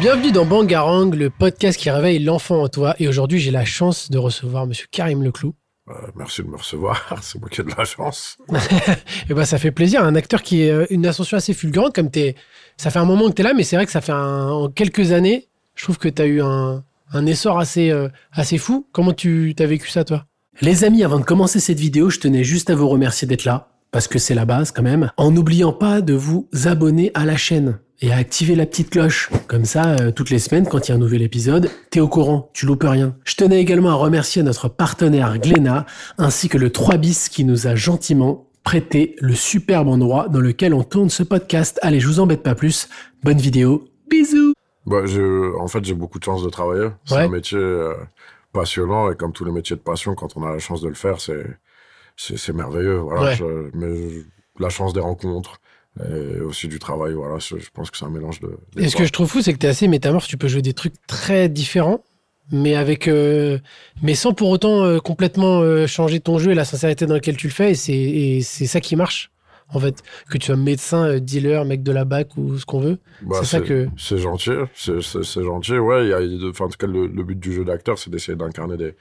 Bienvenue dans Bangarang, le podcast qui réveille l'enfant en toi. Et aujourd'hui, j'ai la chance de recevoir Monsieur Karim Leclou. Euh, merci de me recevoir, c'est moi qui ai de la chance. Et ben, ça fait plaisir. Un acteur qui est euh, une ascension assez fulgurante, comme t'es. Ça fait un moment que t'es là, mais c'est vrai que ça fait un- en quelques années, je trouve que t'as eu un, un essor assez, euh, assez fou. Comment tu t'as vécu ça, toi Les amis, avant de commencer cette vidéo, je tenais juste à vous remercier d'être là, parce que c'est la base quand même. En n'oubliant pas de vous abonner à la chaîne et à activer la petite cloche. Comme ça, euh, toutes les semaines, quand il y a un nouvel épisode, t'es au courant, tu loupes rien. Je tenais également à remercier notre partenaire Glénat, ainsi que le 3 bis qui nous a gentiment prêté le superbe endroit dans lequel on tourne ce podcast. Allez, je vous embête pas plus. Bonne vidéo. Bisous. Bah, je- en fait, j'ai beaucoup de chance de travailler. C'est Ouais. un métier euh, passionnant et comme tous les métiers de passion, quand on a la chance de le faire, c'est, c'est, c'est merveilleux. Voilà, Ouais. Je- mais je- la chance des rencontres et aussi du travail, voilà, je, je pense que c'est un mélange de. des Et ce que je trouve fou, c'est que t'es assez métamorphe, tu peux jouer des trucs très différents, mais avec, euh, mais sans pour autant euh, complètement euh, changer ton jeu et la sincérité dans laquelle tu le fais. Et c'est, et c'est ça qui marche, en fait. Que tu sois médecin, euh, dealer, mec de la bac ou ce qu'on veut. Bah, c'est ça que. C'est gentil, c'est, c'est- c'est gentil. Ouais, il y a- il y a- enfin, en tout cas, le, le but du jeu d'acteur, c'est d'essayer d'incarner des,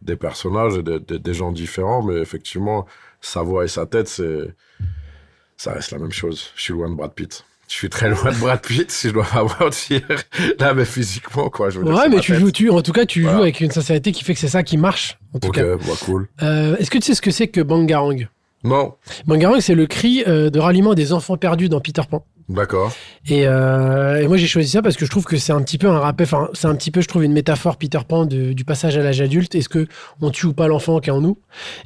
des personnages et des, des- des gens différents, mais effectivement, sa voix et sa tête, c'est, ça reste la même chose. Je suis loin de Brad Pitt. Je suis très loin de Brad Pitt, si je dois pas mentir. Là, mais physiquement, quoi. Je veux dire, Ouais, c'est mais ma tu tête. joues, tu, en tout cas, tu Voilà. joues avec une sincérité qui fait que c'est ça qui marche, en tout Ok, cas. bah, cool. Euh, Est-ce que tu sais ce que c'est que Bangarang Non, Bangarang, c'est le cri euh, de ralliement des enfants perdus dans Peter Pan. d'accord. Et, euh, et moi, j'ai choisi ça parce que je trouve que c'est un petit peu un rappel, enfin, c'est un petit peu, je trouve, une métaphore Peter Pan de- du passage à l'âge adulte. Est-ce que on tue ou pas l'enfant qui est en nous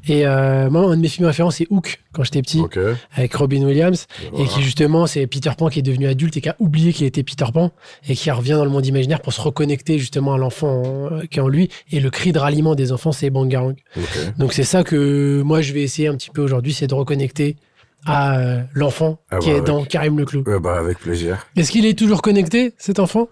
Et euh, moi, un de mes films références, c'est Hook, quand j'étais petit, Ok. avec Robin Williams, et Voilà. qui, justement, c'est Peter Pan qui est devenu adulte et qui a oublié qu'il était Peter Pan, et qui revient dans le monde imaginaire pour se reconnecter, justement, à l'enfant euh, qui est en lui. Et le cri de ralliement des enfants, c'est Bangarang. Ok. Donc c'est ça que moi je vais essayer un petit peu aujourd'hui, c'est de reconnecter à euh, l'enfant Ah qui bah est ouais. dans Karim Leclou. Ouais, bah, avec plaisir. Est-ce qu'il est toujours connecté, cet enfant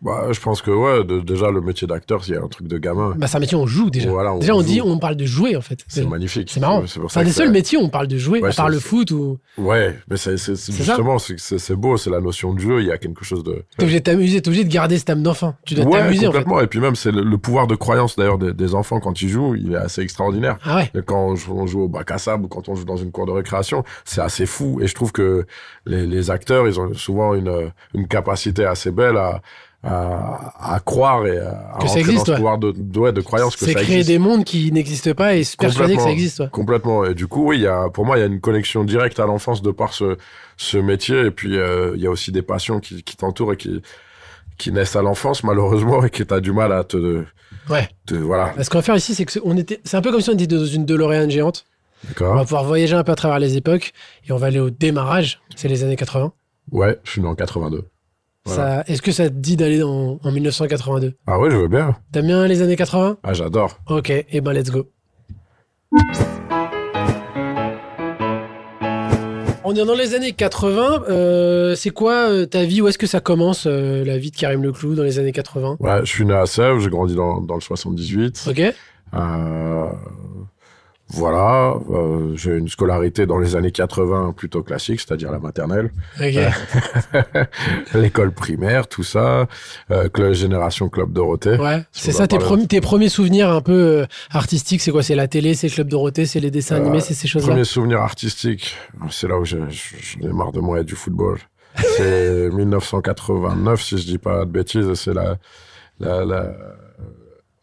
Bah, je pense que, ouais, de- déjà, le métier d'acteur, il y a un truc de gamin. Bah c'est un métier, on joue déjà. Voilà, on déjà on joue. dit, on parle de jouer en fait. C'est magnifique. c'est marrant. C'est pour C'est ça un que des c'est- seuls métiers où on parle de jouer, Ouais, à part c'est- le foot ou Ouais, mais c'est c'est- c'est C'est ça. justement, c'est- c'est c'est beau, c'est la notion de jeu, il y a quelque chose de... t'es obligé de t'amuser, t'es obligé de garder cette âme d'enfant. Tu dois ouais, t'amuser en fait. complètement, et puis même, c'est le, le pouvoir de croyance d'ailleurs des, des enfants quand ils jouent, il est assez extraordinaire. Ah ouais. Et Quand on joue, on joue au bac à sable ou quand on joue dans une cour de récréation, c'est assez fou. Et je trouve que les, les acteurs, ils ont souvent une, euh, une capacité assez belle à, à, à croire et à, à Que ça rentrer existe, dans ce ouais. pouvoir de, de, ouais, de croyance que C'est ça créer existe. des mondes qui n'existent pas et se persuader que ça Complètement. existe. ouais. Complètement. Et du coup, oui, il y a, pour moi, il y a une connexion directe à l'enfance de par ce, ce métier. Et puis, euh, il y a aussi des passions qui, qui t'entourent et qui, qui naissent à l'enfance, malheureusement, et que tu as du mal à te. Ouais. te- voilà. Parce qu'on va faire ici, c'est que c'est- on était, c'est un peu comme si on était dans une DeLorean géante. On va D'accord. pouvoir voyager un peu à travers les époques et on va aller au démarrage. C'est les années 80. Ouais, je suis né en 82. Voilà. Ça- Est-ce que ça te dit d'aller en, en 1982 Ah ouais, je veux bien. T'aimes bien les années 80 Ah, j'adore. Ok, et ben let's go. On est dans les années 80. euh, c'est quoi euh, ta vie Où est-ce que ça commence euh, la vie de Karim Leclou dans les années 80 Ouais, je suis né à Sèvres, j'ai grandi dans, dans le 78. Ok, Euh, voilà, euh, j'ai une scolarité dans les années 80 plutôt classique, c'est-à-dire la maternelle. ok. l'école primaire, tout ça, euh, Cl- génération Club Dorothée. ouais. si C'est on ça va tes, parler- premi- tes premiers souvenirs un peu euh, artistiques C'est quoi C'est la télé, c'est Club Dorothée, c'est les dessins Euh, animés, c'est ces choses-là Premier souvenir artistique, c'est là où j'ai- je- j'en ai marre de moi et du football. C'est 1989, si je dis pas de bêtises, c'est la, la, la,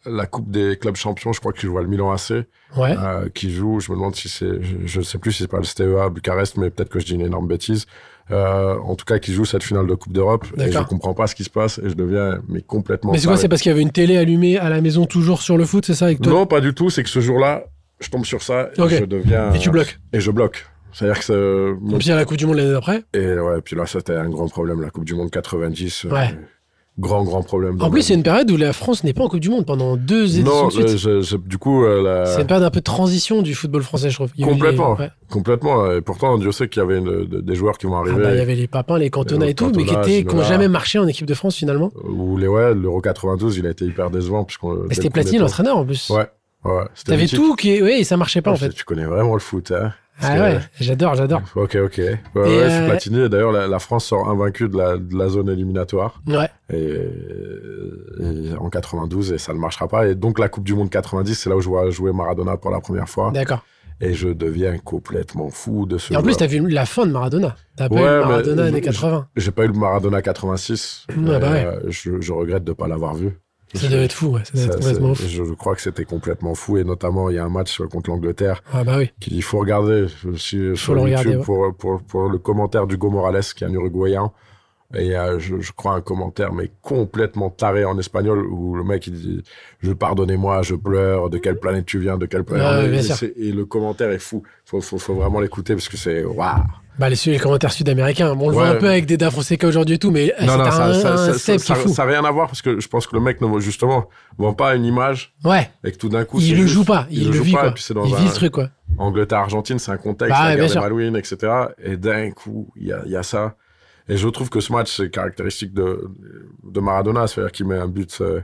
la Coupe des clubs champions, je crois qu'il joue à le Milan AC, Ouais. euh, qui joue, je me demande si c'est, je- je ne sais plus si c'est pas le STEA à Bucarest, mais peut-être que je dis une énorme bêtise. Euh, en tout cas, qui joue cette finale de Coupe d'Europe, et je D'accord. comprends pas ce qui se passe, et je deviens mais complètement Mais c'est quoi taré. C'est parce qu'il y avait une télé allumée à la maison toujours sur le foot, c'est ça avec toi Non, pas du tout. C'est que ce jour-là, je tombe sur ça et Ok. je deviens. Et tu bloques. Et je bloque. C'est-à-dire que c'est- Comme si à la Coupe du Monde l'année d'après. Et ouais, puis là, c'était un grand problème, la Coupe du Monde 90. euh, Ouais. grand, grand problème. En plus, c'est une période où la France n'est pas en Coupe du Monde pendant deux éditions bah, Non, de suite. euh, je- je- du coup, euh, la- C'est une période un peu de transition du football français, je trouve. Il y a eu les- Complètement. ouais. complètement. euh, Et pourtant, Dieu sait qu'il y avait une- euh, de- des joueurs qui vont Ah bah, Il y arriver. avait les papins, les cantona Les et tout, mais qui Cantona, étaient- qui n'ont Ginola. jamais marché en équipe de France finalement. Ou les ouais, l'Euro 92, il a été hyper décevant. puisqu'on- dès Mais c'était le premier Platini tour. l'entraîneur en plus. Ouais, ouais. c'était T'avais mythique. tout qui, ouais, et ça marchait pas Ah, en fait. Tu connais vraiment le foot, hein Ah ouais, j'adore, j'adore. Ok, ok. Ouais, ouais, euh, c'est Platini. Et d'ailleurs, la, la France sort invaincue de la, de la zone éliminatoire Ouais. et, et en 92 et ça ne marchera pas. Et donc, la Coupe du Monde 90, c'est là où je vois jouer Maradona pour la première fois. D'accord. Et je deviens complètement fou de ce Et en plus, joueur. t'as vu la fin de Maradona. T'as pas Ouais, eu le mais Maradona je- années je- 80. J'ai pas eu le Maradona 86. mais, bah ouais. euh, je, je regrette de ne pas l'avoir vu. Ça devait être fou, ouais. Ça devait être Ça, complètement c'est- fou. Je crois que c'était complètement fou. Et notamment, il y a un match contre l'Angleterre Ah bah oui. qu'il faut regarder sur, sur le YouTube regarder, ouais. pour, pour, pour le commentaire d'Hugo Morales, qui est un Uruguayen. Et euh, je, je crois un commentaire, mais complètement taré en espagnol, où le mec il dit Je pardonnez-moi, je pleure, de quelle planète tu viens, de quelle planète. Ouais, ouais, Et bien sûr. c'est- et, le commentaire est fou. Faut, faut, faut vraiment l'écouter parce que c'est. Waouh Bah les, su- les commentaires sud-américains. Bon, on le voit Ouais. un peu avec des Da Fonseca aujourd'hui et tout, mais c'est Non, non, ça un, ça- un ça- step ça- qui est ça- fou. ça a rien à voir parce que je pense que le mec, ne, justement, vend pas une image ouais. et que tout d'un coup. c'est Il le juste- joue pas. Il, il le le joue vit pas, et quoi. puis c'est dans Il un- vit ce truc quoi. Angleterre-Argentine, c'est un contexte, Bah ouais, la bien guerre des sûr. Malouines, etc. Et d'un coup, il y a, il y a ça. Et je trouve que ce match, c'est caractéristique de, de Maradona, c'est-à-dire qu'il met un but, euh,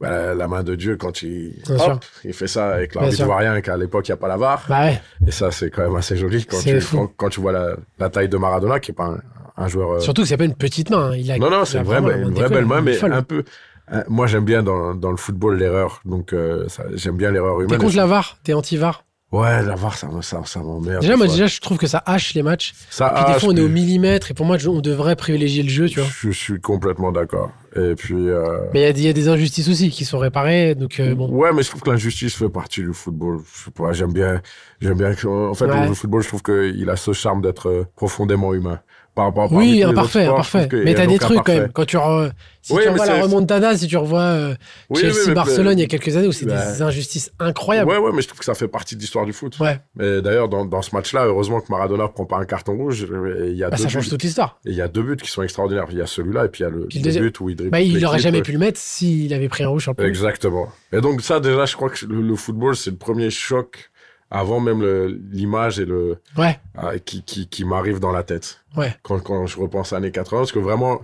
bah, la- la main de Dieu, quand il, Bien hop, sûr. il fait ça avec Bien l'arbitre sûr. ivoirien, et qu'à l'époque, il n'y a pas la VAR. Bah ouais. Et ça, c'est quand même assez joli quand, C'est tu, fou. quand, quand tu vois la, la taille de Maradona, qui n'est pas un, un joueur. euh, Surtout que c'est pas une petite main. hein. Il a. non, il a non, c'est vrai, vraiment la mais main une des vraie couilles, belle main, elle est mais folle. un peu. euh, Moi, j'aime bien dans, dans le football l'erreur, donc euh, ça- j'aime bien l'erreur T'es humaine. contre la VAR, t'es anti-VAR. Ouais, la VAR, ça, me- ça, ça m'emmerde. Déjà, moi, des fois. déjà, je trouve que ça hache les matchs. ça, Puis des hache, fois, on est puis- au millimètre, et pour moi, je- on devrait privilégier le jeu, tu vois. Je, je suis complètement d'accord. Et puis. euh, Mais il y a des- il y, a des injustices aussi qui sont réparées, donc euh, bon. Ouais, mais je trouve que l'injustice fait partie du football. Je sais pas, j'aime bien, j'aime bien. que- En fait, Ouais. le football, je trouve qu'il a ce charme d'être euh, profondément humain. Par rapport à parmi tous Oui, les autres imparfait, sports, je imparfait. trouve qu'il y Mais a t'as donc des trucs quand imparfait. même. Quand tu re- si Oui, tu mais revois la c'est- remontada, si tu revois euh, Oui, oui, mais- Chelsea-Barcelone il y a quelques années où c'est Bah. des injustices incroyables. Ouais, ouais, mais je trouve que ça fait partie de l'histoire du foot. Ouais, Et d'ailleurs, dans, dans ce match-là, heureusement que Maradona prend pas un carton rouge. et Il y a Bah, deux ça change buts- toute l'histoire. et il y a deux buts qui sont extraordinaires. Il y a celui-là et puis il y a le, Puis le le deuxième. but où il dribble. Bah, il toute n'aurait l'équipe. euh, jamais pu le mettre s'il avait pris un rouge sur le premier. Exactement. Et donc ça, déjà, je crois que le, le football, c'est le premier choc avant même le- l'image et le Ouais, ah, qui, qui, qui m'arrive dans la tête. Ouais. Quand, quand je repense à années 80, parce que vraiment,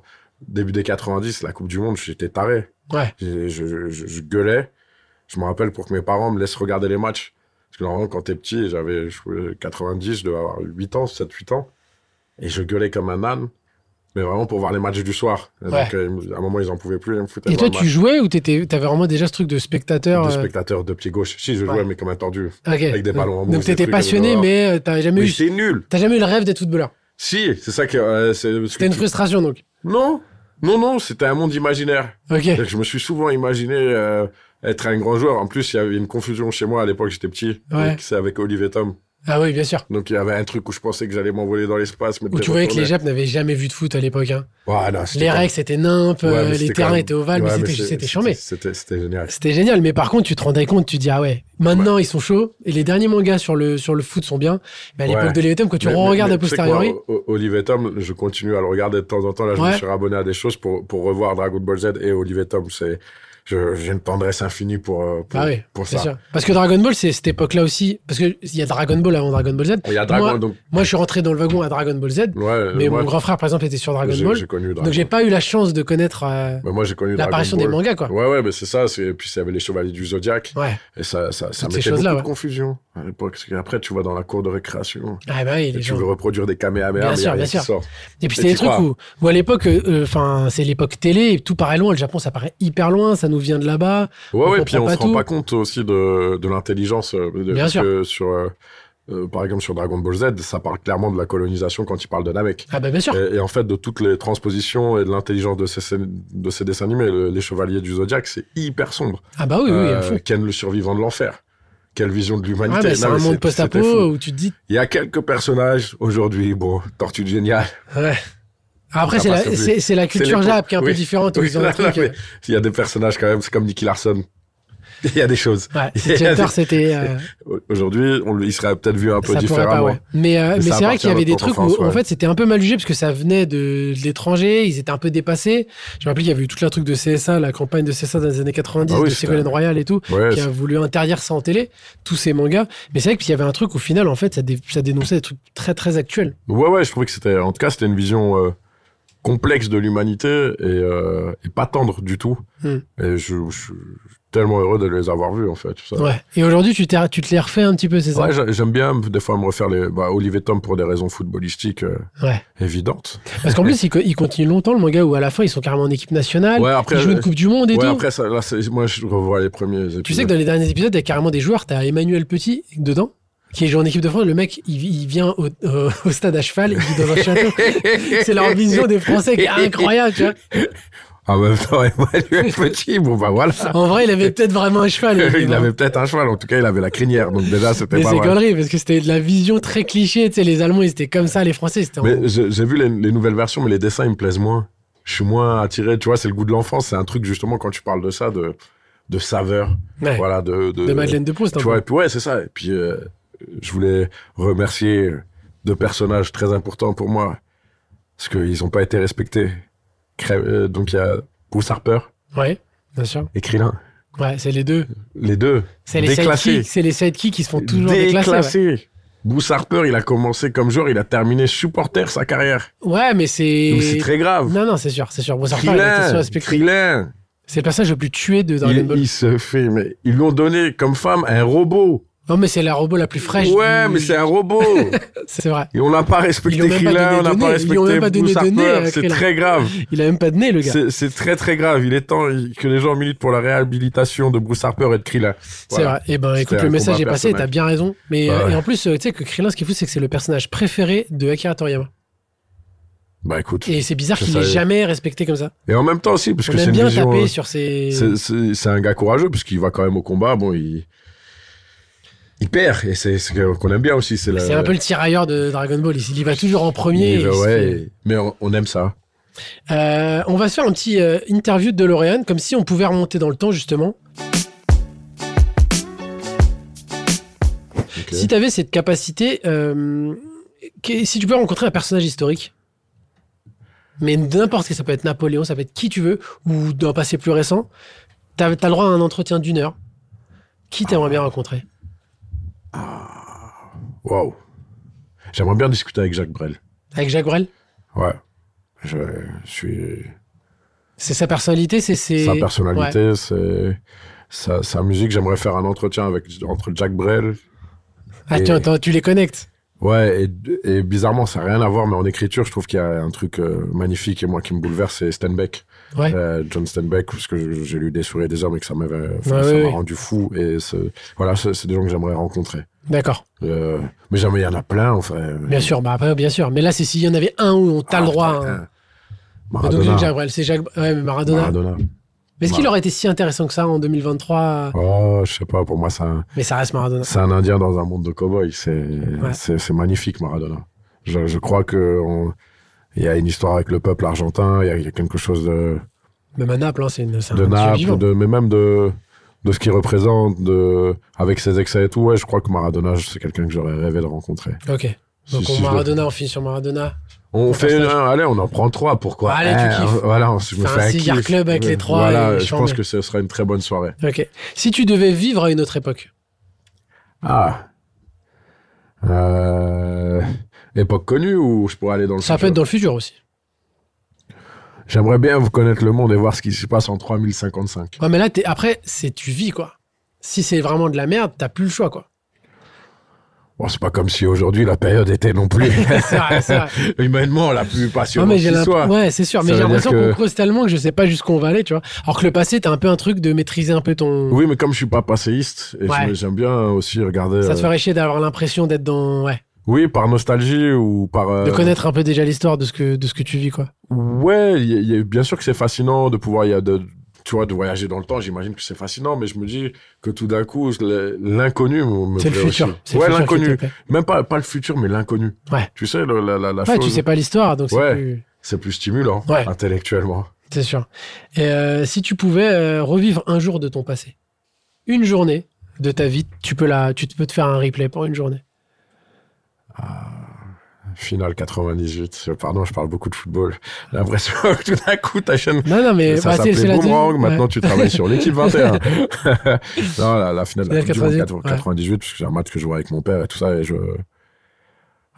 début des 90, la Coupe du Monde, j'étais taré. ouais. J'ai- Je, je, je, je gueulais. Je me rappelle pour que mes parents me laissent regarder les matchs. Parce que normalement, quand t'es petit, j'avais je pouvais- 90, je devais avoir 8 ans, 7-8 ans. Et je gueulais comme un âne. Mais vraiment pour voir les matchs du soir. Et Ouais. Donc, euh, à un moment, ils en pouvaient plus. Ils me foutaient Et devant toi, le tu jouais ou t'étais- t'avais vraiment déjà ce truc de spectateur de euh, spectateurs de pied gauche. Si, je jouais, Ouais. mais comme un tordu. ok. avec des ballons en mousse, Donc des t'étais trucs passionné, comme ça. mais euh, t'as jamais Mais eu c'est nul. t'as jamais eu le rêve d'être footballeur. Si, c'est ça que. euh, c'est- parce que C'était une tu- frustration donc. Non, non, non, c'était un monde imaginaire. Ok. C'est-à-dire que Je me suis souvent imaginé euh, être un grand joueur. En plus, il y avait une confusion chez moi à l'époque, j'étais petit. Ouais. Donc, C'est avec Olivier Tom. Ah oui, bien sûr. Donc il y avait un truc où je pensais que j'allais m'envoler dans l'espace. mais Où t'es tu voyais que les retourné. Japs n'avaient jamais vu de foot à l'époque. hein. Ouais, non, c'était Les quand- règles, c'était nimp, Ouais, mais euh, les c'était quand terrains même- étaient ovales, Ouais, mais mais c'était- c'est- c'était chambé. C'était c'était génial. C'était génial, mais par contre, tu te rendais compte, tu te dis, ah ouais, maintenant ils sont chauds, et les derniers mangas sur le, sur le foot sont bien, mais à l'époque Ouais. de l'Evetum, quand tu Mais- mais- regardes mais a tu sais posteriori, quoi, O- O- Olivier Tom, je continue à le regarder de temps en temps. Là, je Ouais. me suis abonné à des choses pour, pour revoir Dragon Ball Z et Olivier Tom. C'est, je- j'ai une tendresse infinie pour, euh, pour, Ah oui, pour c'est ça. sûr. Parce que Dragon Ball, c'est cette époque-là aussi, parce qu'il y a Dragon Ball avant Dragon Ball Z. Il y a Dragon, Moi- donc, Moi, je suis rentré dans le wagon à Dragon Ball Z, ouais, mais Euh, moi, mon grand frère, par exemple, était sur Dragon j'ai, Ball, j'ai connu Dragon donc j'ai pas eu la chance de connaître euh, Mais moi, j'ai connu Dragon l'apparition des Ball. mangas, quoi. Ouais, ouais, mais c'est ça. C'est, et puis, il y avait les Chevaliers du Zodiac. Ouais, Et ça, ça, ça Toutes ces mettait beaucoup choses-là, de ouais. confusion à l'époque. Parce qu'après, tu vas dans la cour de récréation. ah bah oui, les Et tu gens. veux reproduire des Kamehameha, Bien mais il y sûr, a rien bien qui sûr. sort. Et puis Et c'est des t'y trucs crois. où, où à l'époque, euh, enfin c'est l'époque télé, et tout paraît loin. Le Japon, ça paraît hyper loin, ça nous vient de là-bas. Ouais, On ouais, comprend puis on pas se rend tout. pas compte aussi de, de l'intelligence. euh, de- Bien parce sûr. que sur, euh, euh, par exemple, sur Dragon Ball Z, ça parle clairement de la colonisation quand il parle de Namek. Ah bah bien sûr. Et, et en fait, de toutes les transpositions et de l'intelligence de ces, scènes- de ces dessins animés, le- les Chevaliers du Zodiac, c'est hyper sombre. Ah bah oui, oui, à Euh, fond. Ken le survivant de l'enfer. Quelle vision de Ah, l'humanité. bah, Non, c'est mais un monde c'est- c'était fou. post-apo où tu te dis. Il y a quelques personnages aujourd'hui, bon, Tortue Géniale. Ouais. Après, Ça c'est la, passe au c'est- c'est la culture les- Jap qui est un peu oui. différente. où Oui, ils ont un non, truc, non, mais euh, Il y a des personnages quand même, c'est comme Nicky Larson. Il y a des choses. Ouais, c'est Chapter, c'était. euh, Au- Aujourd'hui, on le- il serait peut-être vu un peu ça pourrait pas, différemment. ouais. Mais, euh, Mais mais ça c'est vrai appartient qu'il y à avait des notre trucs où, enfance, en ouais. fait, c'était un peu mal jugé parce que ça venait de, de l'étranger, ils étaient un peu dépassés. Je me rappelle qu'il y avait eu toute la truc de CSA, la campagne de CSA dans les années 90, Ah oui, de c'était- Ségolène Royal et tout. Ouais, qui a voulu interdire ça en télé, tous ces mangas. Mais c'est vrai qu'il y avait un truc au final, en fait, ça, dé- ça dénonçait des trucs très très actuels. Ouais, ouais, je trouvais que c'était, en tout cas, c'était une vision euh, complexe de l'humanité et, euh, et pas tendre du tout. Hmm. Et je, je- tellement heureux de les avoir vus, en fait. tout ça. Ouais. Et aujourd'hui, tu, t'es- tu te les refais un petit peu, c'est ça Ouais, j'a- j'aime bien des fois me refaire les bah, Olivier Tom pour des raisons footballistiques euh, Ouais. évidentes. Parce qu'en plus, il, co- il continue longtemps le manga où à la fin, ils sont carrément en équipe nationale. Ouais, après, ils jouent une euh, Coupe du Monde et Ouais, tout. après ça, là, c'est- moi je revois les premiers épisodes. Tu sais que dans les derniers épisodes, il y a carrément des joueurs. T'as Emmanuel Petit dedans, qui joue en équipe de France. Le mec, il, il vient au, euh, au stade à cheval, il vit dans un château. C'est leur vision des Français qui est incroyable, tu vois. En même temps, Emmanuel Petit, bon bah voilà. En vrai, il avait peut-être vraiment un cheval. il avait peut-être un cheval, en tout cas il avait la crinière, donc déjà c'était Mais pas c'est mal. gaulerie, parce que c'était de la vision très cliché. Tu sais, les Allemands, ils étaient comme ça, les Français, ils étaient en... Mais je- j'ai vu les, les nouvelles versions, mais les dessins ils me plaisent moins. Je suis moins attiré, tu vois, c'est le goût de l'enfance, c'est un truc justement quand tu parles de ça, de, de saveur, Ouais, voilà, de, de Madeleine de Proust. un euh, Tu peu. vois, et puis ouais, c'est ça. Et puis, euh, je voulais remercier deux personnages très importants pour moi, parce qu'ils n'ont pas été respectés. Cré- euh, Donc, il y a Bruce Harper Ouais, bien sûr. et Krillin. Ouais, c'est les deux. Les deux. C'est les Déclassés. sidekicks, c'est les sidekicks qui se font toujours déclasser. ouais. Bruce Harper, il a commencé comme joueur, il a terminé supporter sa carrière. Ouais, mais c'est. Donc, c'est très grave. Non, non, c'est sûr, c'est sûr. Bon, ça repart, il a été Krillin, surrespecté. Krillin, C'est le personnage le plus tué de Dragon il, Ball. il se fait, mais ils l'ont donné comme femme à un robot. Non, mais c'est la robot la plus fraîche. ouais, du- mais c'est un robot. C'est vrai. Et on n'a pas Ils lui respecté ont même pas Krillin, donné on n'a de pas nez, ils lui ont respecté même pas donné Bruce de nez, Harper, euh, c'est Krillin. très grave. Il a même pas de nez, le gars. C'est c'est très très grave. Il est temps que les gens militent pour la réhabilitation de Bruce Harper et de Krillin. C'est vrai. Et ben, écoute, C'était le un message combat est passé, personnel. t'as bien raison. Mais Bah euh, ouais. et en plus, euh, tu sais que Krillin, ce qui est fou, c'est que c'est le personnage préféré de Akira Toriyama. Bah écoute. Et, Et c'est bizarre Je qu'il ait savais. jamais respecté comme ça. en même temps aussi, parce On que c'est aime une bien vision, taper euh, sur ses. c'est- C'est c'est un gars courageux, parce qu'il va quand même au combat. Bon, il. Il perd. Et c'est ce que- qu'on aime bien aussi. C'est la- C'est un peu le tirailleur de Dragon Ball. Il y va toujours en premier. il et va- il se ouais, fait- et- mais on, on aime ça. Euh, on va se faire un petit euh, interview de DeLorean, comme si on pouvait remonter dans le temps, justement. Ok. Si tu avais cette capacité, euh, que- si tu peux rencontrer un personnage historique, mais de n'importe qui, ça peut être Napoléon, ça peut être qui tu veux, ou d'un passé plus récent, tu as, le droit à un entretien d'une heure. Qui t'aimerais bien rencontrer Waouh. J'aimerais bien discuter avec Jacques Brel. Avec Jacques Brel Ouais. Je suis. C'est sa personnalité, c'est ses... sa personnalité, c'est sa, sa musique. J'aimerais faire un entretien avec entre Jack Brel. Ah, tiens, attends, tu les connectes. Ouais, et, et bizarrement, ça n'a rien à voir, mais en écriture, je trouve qu'il y a un truc euh, magnifique et moi qui me bouleverse, c'est Steinbeck. Ouais. Euh, John Steinbeck, parce que je- j'ai lu Des souris et des hommes et que ça m'avait enfin, Ouais, ça ouais, m'a ouais. rendu fou. Et ce- voilà, c'est c'est des gens que j'aimerais rencontrer. D'accord, Euh, mais jamais il y en a plein, enfin. bien sûr, bah après, bien sûr. Mais là, c'est s'il y en avait un où on t'a Ah, le droit. putain, hein. hein. Mais donc, Maradona. Jacques Brel, c'est Jacques... Ouais, mais Maradona. Maradona. Mais est-ce qu'il Maradona. aurait été si intéressant que ça en 2023 Oh, je sais pas, pour moi, c'est un, Mais ça reste Maradona. C'est un Indien dans un monde de cow-boys. C'est Ouais. c'est- c'est magnifique, Maradona. Je, je crois que on- il y a une histoire avec le peuple argentin. Il y a- il y, a quelque chose de, Même à Naples, hein, c'est une- c'est un de monsieur Naples, vivant. de, mais même de de ce qu'il représente, de avec ses excès et tout. Ouais, je crois que Maradona, c'est quelqu'un que j'aurais rêvé de rencontrer. Ok. Donc Si- si on je dois- Maradona, on finit sur Maradona. On On fait passe une- la- un- allez, on en prend trois. Pourquoi Allez, tu Eh, kiffes. Voilà, on- je me Fais un fais un cigar kiff. Euh, club avec les trois Voilà, et je chambre. pense que ce serait une très bonne soirée. Ok. Si tu devais vivre à une autre époque, Ah. Euh, époque connue ou je pourrais aller dans le ça peut futur être dans le futur aussi. J'aimerais bien vous connaître le monde et voir ce qui se passe en 3055. Ouais, mais là, t'es- après, c'est tu vis quoi. Si c'est vraiment de la merde, t'as plus le choix quoi. Bon, c'est pas comme si aujourd'hui la période était non plus C'est vrai, c'est vrai. humainement la plus Ouais, passionnante mais qui j'ai l'imp- soit. ouais, c'est sûr. Ça Mais veut j'ai dire l'impression que- qu'on creuse tellement que je sais pas jusqu'où on va aller, tu vois. Alors que le passé, t'as un peu un truc de maîtriser un peu ton. Oui, mais comme je suis pas passéiste et Ouais. je- j'aime bien aussi regarder. Ça te euh, ferait chier d'avoir l'impression d'être dans. Ouais. Oui, par nostalgie ou par. euh, De connaître un peu déjà l'histoire de ce que de ce que tu vis quoi. Ouais, il y a- il y a- bien sûr que c'est fascinant de pouvoir, il y a de, tu vois, de voyager dans le temps. J'imagine que c'est fascinant, mais je me dis que tout d'un coup, le- l'inconnu me, me C'est le plaît aussi. futur. C'est le Ouais, futur qui te l'inconnu. plaît. Même pas, pas le futur, mais l'inconnu. Ouais. Tu sais, le- la, la, la Ouais, chose, tu sais pas l'histoire, donc c'est Ouais. plus. c'est plus stimulant Ouais. intellectuellement. C'est sûr. Et euh, si tu pouvais euh, revivre un jour de ton passé, une journée de ta vie, tu peux la, tu te- peux te faire un replay pour une journée. Finale 98. Euh, Pardon, je parle beaucoup de football. J'ai l'impression que tout d'un coup, ta chaîne. Non, non, mais ça bah, c'est- c'est s'appelait la Boomerang. deuxième- Maintenant, ouais. tu travailles sur l'équipe 21. non, la, la finale de la Finale Coupe du Monde 98, 80, ouais. 98, parce que j'ai un match que je jouais avec mon père et tout ça. Et je.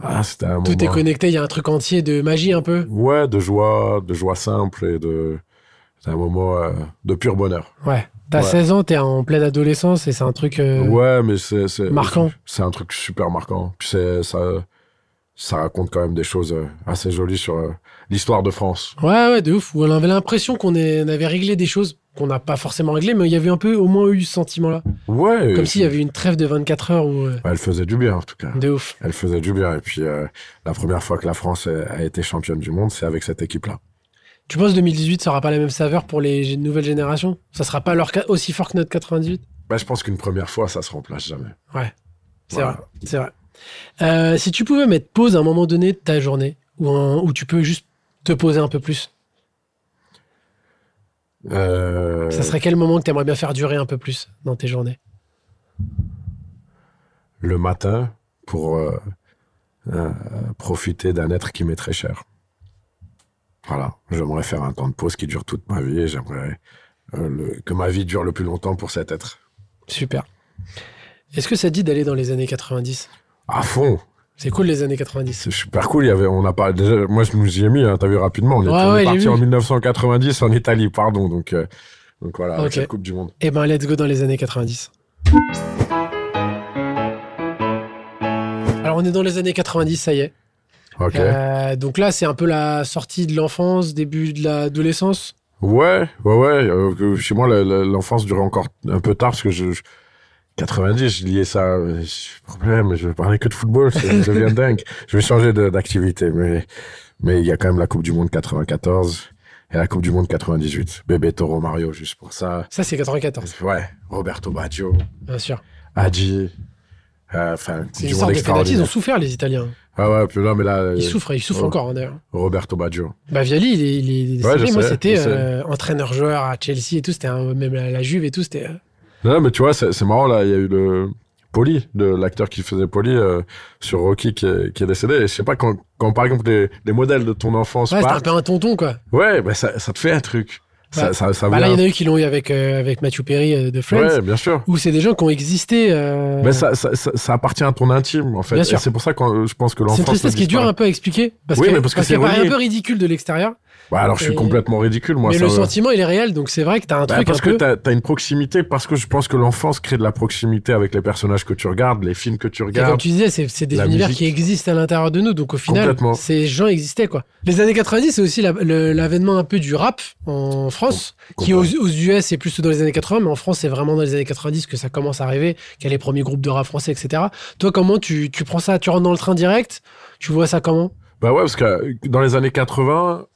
Ah, c'était un tout est moment. connecté. Il y a un truc entier de magie un peu. Ouais, de joie, de joie simple et de. C'est un moment euh, de pur bonheur. Ouais. T'as Ouais. 16 ans, t'es en pleine adolescence et c'est un truc. euh, ouais, mais c'est. c'est- marquant. C'est un truc super marquant. Puis c'est- ça, ça raconte quand même des choses euh, assez jolies sur euh, l'histoire de France. Ouais, ouais, de ouf. Où on avait l'impression qu'on est- on avait réglé des choses qu'on n'a pas forcément réglées, mais il y avait un peu au moins eu ce sentiment-là. Ouais. Comme et s'il y avait Mm. une trêve de 24 heures où. euh, c'est- Elle faisait du bien, en tout cas. de ouf. Elle faisait du bien. Et puis, euh, la première fois que la France a a été championne du monde, c'est avec cette équipe-là. Tu penses 2018, ça aura pas la même saveur pour les gé- nouvelles générations Ça sera pas leur ca- aussi fort que notre 98 Bah, je pense qu'une première fois, ça se remplace jamais. C'est Voilà. vrai, c'est vrai. Euh, si tu pouvais mettre pause à un moment donné de ta journée, où, un- où tu peux juste te poser un peu plus, Euh, ça serait quel moment que tu aimerais bien faire durer un peu plus dans tes journées Le matin, pour euh, euh, profiter d'un être qui m'est très cher. Voilà. J'aimerais faire un temps de pause qui dure toute ma vie. et J'aimerais euh, le- que ma vie dure le plus longtemps pour cet être. Super. Est-ce que ça te dit d'aller dans les années 90 À fond. C'est cool les années 90. C'est super cool. Il y avait, on a pas, déjà, moi, je nous y ai mis, hein, t'as vu rapidement. On est, Ouais, on est ouais, j'ai parti vu. en 1990 en Italie, pardon. Donc, euh, donc voilà, avec Ok. cette Coupe du Monde. Eh ben, let's go dans les années 90. Alors, on est dans les années 90, ça y est. Ok. Euh, donc là, c'est un peu la sortie de l'enfance, début de l'adolescence. Ouais, ouais, ouais. euh, que chez moi, la- la- l'enfance durait encore un peu tard parce que je. je- 90, je liais ça. euh, j'ai pas de Problème, je parlais que de football, ça devient dingue. Je vais changer de- d'activité, mais mais il y a quand même la Coupe du Monde 94 et la Coupe du Monde 98. Bébé Toro Mario, juste pour ça. Ça, c'est 94, Ouais, Roberto Baggio, bien sûr. Adi. euh, Enfin, Coupe C'est une du Monde sorte de pénalty, ils ont extraordinaire. souffert, les Italiens. Ah ouais, puis là, mais là, euh, Ils souffrent, ils souffrent oh. encore, hein, d'ailleurs. Roberto Baggio. Bah, Viali, il est, il est décédé. Ouais, je Moi, sais, c'était je sais. euh, entraîneur-joueur à Chelsea et tout. C'était un- même à la Juve et tout. C'était. euh, Non, non, mais tu vois, c'est c'est marrant, là, il y a eu le Poli, de l'acteur qui faisait Poli euh, sur Rocky qui est, qui est décédé. Et je sais pas, quand, quand par exemple les, les modèles de ton enfance Ouais, c'était un partent, peu un tonton, quoi. ouais, bah, ça, ça te fait un truc. Ça, Ouais. ça, ça Bah, là, il y en vient- a eu qui l'ont eu avec, euh, avec Matthew Perry euh, de Friends. Ah, Ouais, bien sûr. Où c'est des gens qui ont existé. euh, Mais ça, ça, ça, ça appartient à ton intime, en fait. Bien Et sûr. c'est pour ça que euh, je pense que l'enfance. C'est une tristesse ne qui est dure disparaît. un peu à expliquer. Parce Oui, que, mais parce que c'est paraît un relié. peu ridicule de l'extérieur. Bah, alors, je suis Et- complètement ridicule, moi. hein. Mais ça le me- sentiment, il est réel. Donc c'est vrai que t'as un Bah, truc parce un que peu. t'as as une proximité, parce que je pense que l'enfance crée de la proximité avec les personnages que tu regardes, les films que tu Et comme regardes. tu disais, c'est c'est des la univers musique. qui existent à l'intérieur de nous, donc au final, Complètement. ces gens existaient quoi. Les années 90, c'est aussi la- le- l'avènement un peu du rap en France, Com- qui aux, aux US c'est plus dans les années 80, mais en France c'est vraiment dans les années 90 que ça commence à arriver, qu'il y a les premiers groupes de rap français, etc. Toi, comment tu, tu prends ça Tu rentres dans le train direct Tu vois ça comment Bah ouais, parce que euh, dans les années 80,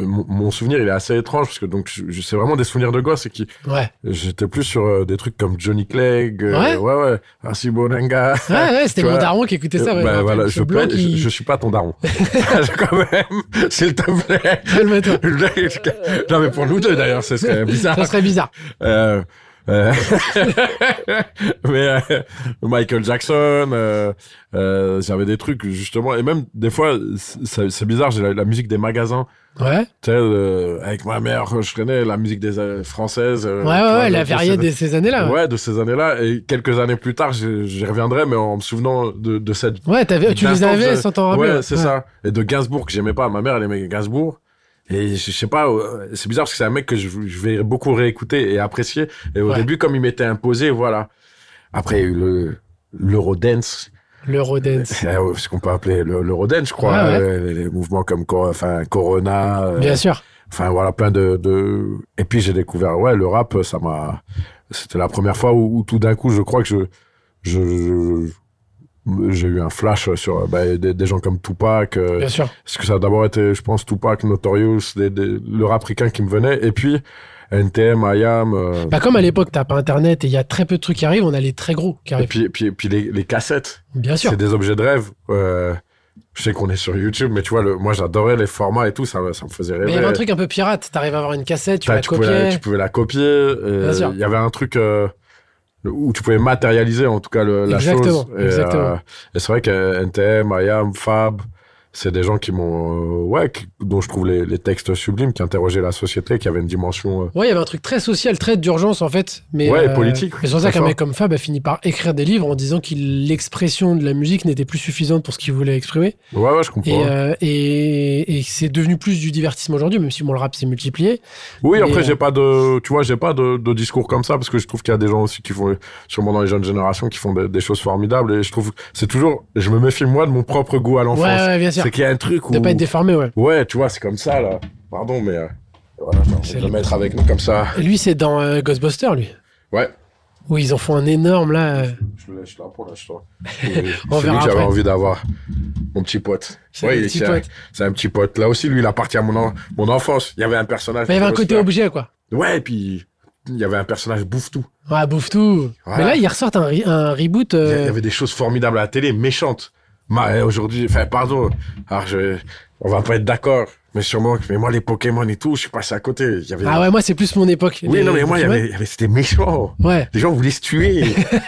euh, mon, mon souvenir il est assez étrange parce que donc je, je- c'est vraiment des souvenirs de gosse et qui Ouais, j'étais plus sur euh, des trucs comme Johnny Clegg, euh, Ouais. ouais ouais, Arsi Bonanga. ouais, ouais c'était Ah, Tu mon vois, daron qui écoutait ça. ouais, bah, je me voilà, rappelle, je, ce blanc plaide, je- qui- je suis pas ton daron. Quand même, s'il te plaît. Calme-toi. non mais pour nous deux d'ailleurs, c'est serait bizarre. Ça serait bizarre. Euh, euh, mais euh, Michael Jackson, euh, euh, j'avais des trucs justement, et même des fois, c'est c'est bizarre, j'ai la, la musique des magasins, Ouais, tu sais, euh, avec ma mère, je traînais la musique des euh, françaises. euh, ouais, ouais, tu vois, ouais, de- la de période ces- de ces années-là. Ouais, Ouais, de ces années-là, et quelques années plus tard, j'y j'y reviendrai, mais en me souvenant de, de cette. Ouais, t'avais- tu les d'instant, avais j'avais- sans t'en rappeler. Ouais, c'est ça. Et de Gainsbourg, que j'aimais pas. Ma mère, elle aimait Gainsbourg. Et je je sais pas, euh, c'est bizarre parce que c'est un mec que je, je vais beaucoup réécouter et apprécier. Et au Ouais. début, comme il m'était imposé, voilà. Après, il y a eu le l'Eurodance, L'Eurodance. c'est euh, ce qu'on peut appeler le- l'Eurodance, je crois. Ouais, Ah, ouais. Euh, les, les mouvements comme Cor- enfin, Corona, euh, Bien sûr. Enfin voilà, plein de, de... Et puis j'ai découvert, ouais, le rap, ça m'a... C'était la première fois où, où tout d'un coup, je crois que je... je, je- je- j'ai eu un flash sur euh, bah, des, des gens comme Tupac. euh, Bien sûr. parce que ça a d'abord été, je pense, Tupac, Notorious, des, des- le rap ricain qui me venait. Et puis, NTM, IAM. euh, Bah comme à l'époque, t'as pas internet et il y a très peu de trucs qui arrivent, on a les très gros qui et arrivent. puis, et puis, et puis les, les cassettes. Bien sûr. C'est des objets de rêve. euh, je sais qu'on est sur YouTube, mais tu vois, le, moi, j'adorais les formats et tout. Ça, me- ça me faisait rêver. Mais il y avait un truc un peu pirate, t'arrives à avoir une cassette, tu T'as- la pouvais la, Bah, tu copiais. pouvais la copier. euh, Bien sûr. Il y avait un truc euh, où tu pouvais matérialiser en tout cas le- la Exactement, chose. Et, exactement. euh, et c'est vrai que NTM, IAM, Fab, c'est des gens qui m'ont, euh, ouais, qui- dont je trouve les, les textes sublimes, qui interrogeaient la société, qui avaient une dimension. euh, Ouais, il y avait un truc très social, très d'urgence en fait. Mais, euh, Ouais, politique, Mais c'est pour ça très qu'un fort. mec comme Fab a fini par écrire des livres en disant que l'expression de la musique n'était plus suffisante pour ce qu'il voulait exprimer. Ouais, ouais, je comprends. hein. Et, euh, et, et c'est devenu plus du divertissement aujourd'hui, même si bon, le rap s'est multiplié. Oui, Mais, après, euh, j'ai pas de, tu vois, j'ai pas de, de discours comme ça parce que je trouve qu'il y a des gens aussi qui font, sûrement dans les jeunes générations, qui font des, des choses formidables et je trouve, c'est toujours, je me méfie moi de mon propre goût à Ouais, l'enfance. ouais, bien sûr. c'est qu'il y a un truc où, De pas être déformé, ouais. ouais, tu vois, c'est comme ça, là. Pardon, mais, euh, voilà, j'ai envie C'est de le- le mettre avec nous comme ça. Et lui, c'est dans euh, Ghostbusters, lui. Ouais. Où ils en font un énorme, là. euh, Je le lâche là pour l'instant. C'est lui On que verra j'avais après. envie d'avoir. Mon petit pote. C'est Ouais, le il- petit c'est un- pote. C'est un petit pote. Là aussi, lui, il appartient à mon, en- mon enfance. Il y avait un personnage. Mais il y avait un côté Ghostbusters. objet, quoi. Ouais, et puis il y avait un personnage bouffe-tout. Ouais, bouffe tout. Ouais. Mais là, ils ressortent un, re- un reboot. Il y a- euh, il y avait des choses formidables à la télé, méchantes. Ma- euh, Aujourd'hui, enfin, pardon. Alors, je, on va pas être d'accord. Mais sûrement, que- mais moi, les Pokémon et tout, je suis passé à côté. Il y avait... Ah ouais, moi, c'est plus mon époque. oui, Les- non, mais moi, il y Pokémon. avait, il y avait- c'était méchant. Ouais, Les gens voulaient se tuer.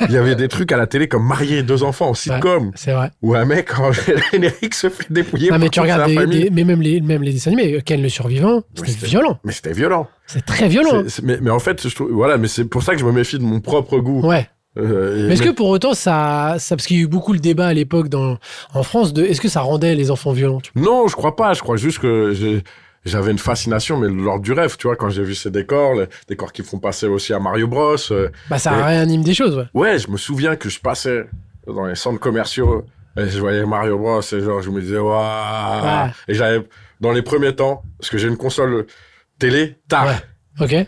Il y avait des trucs à la télé comme marier deux enfants en sitcom. c'est vrai. Ou un mec en générique se fait dépouiller Non, mais par tu toute regardes sa des- famille. des- mais même les, même les dessins animés, euh, Ken le survivant, c'était c'était- violent. Mais c'était violent. C'est très violent. C'est- c'est- mais, mais en fait, je trouve, voilà, mais c'est pour ça que je me méfie de mon propre goût. Ouais. Euh, et- Mais est-ce que pour autant, ça, ça parce qu'il y a eu beaucoup le débat à l'époque dans, en France de est-ce que ça rendait les enfants violents tu- Non, je crois pas. Je crois juste que j'ai- j'avais une fascination, mais lors du rêve, tu vois, quand j'ai vu ces décors, les décors qui font passer aussi à Mario Bros. euh, Bah, ça Et- réanime des choses, ouais. ouais, je me souviens que je passais dans les centres commerciaux et je voyais Mario Bros. Et genre, je me disais, waouh. Ouais. Et j'avais, dans les premiers temps, parce que j'ai une console télé tard. Ouais. Ok.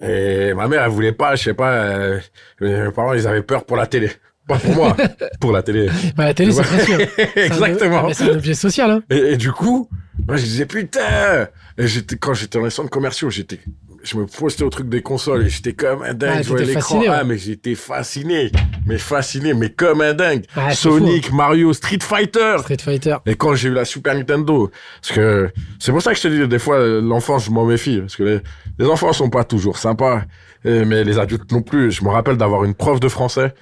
Et ma mère, elle voulait pas, je sais pas, euh, mes parents, ils avaient peur pour la télé. Pas pour moi, pour la télé. Bah, la télé, c'est Ouais. très sûr. C'est un- Exactement. Ah, mais C'est un objet social, hein. Et, et du coup, moi, je disais putain. Et j'étais quand j'étais dans les centres commerciaux, j'étais, je me postais au truc des consoles et j'étais comme un dingue. Ah, je voyais t'étais l'écran, fasciné, ouais. ah mais j'étais fasciné, mais fasciné, mais comme un dingue. Ah, c'est Sonic, Mario, Street Fighter. Street Fighter. Et quand j'ai eu la Super Nintendo, parce que c'est pour ça que je te dis des fois euh, l'enfance je m'en méfie parce que les, les enfants sont pas toujours sympas, euh, mais les adultes non plus. Je me rappelle d'avoir une prof de français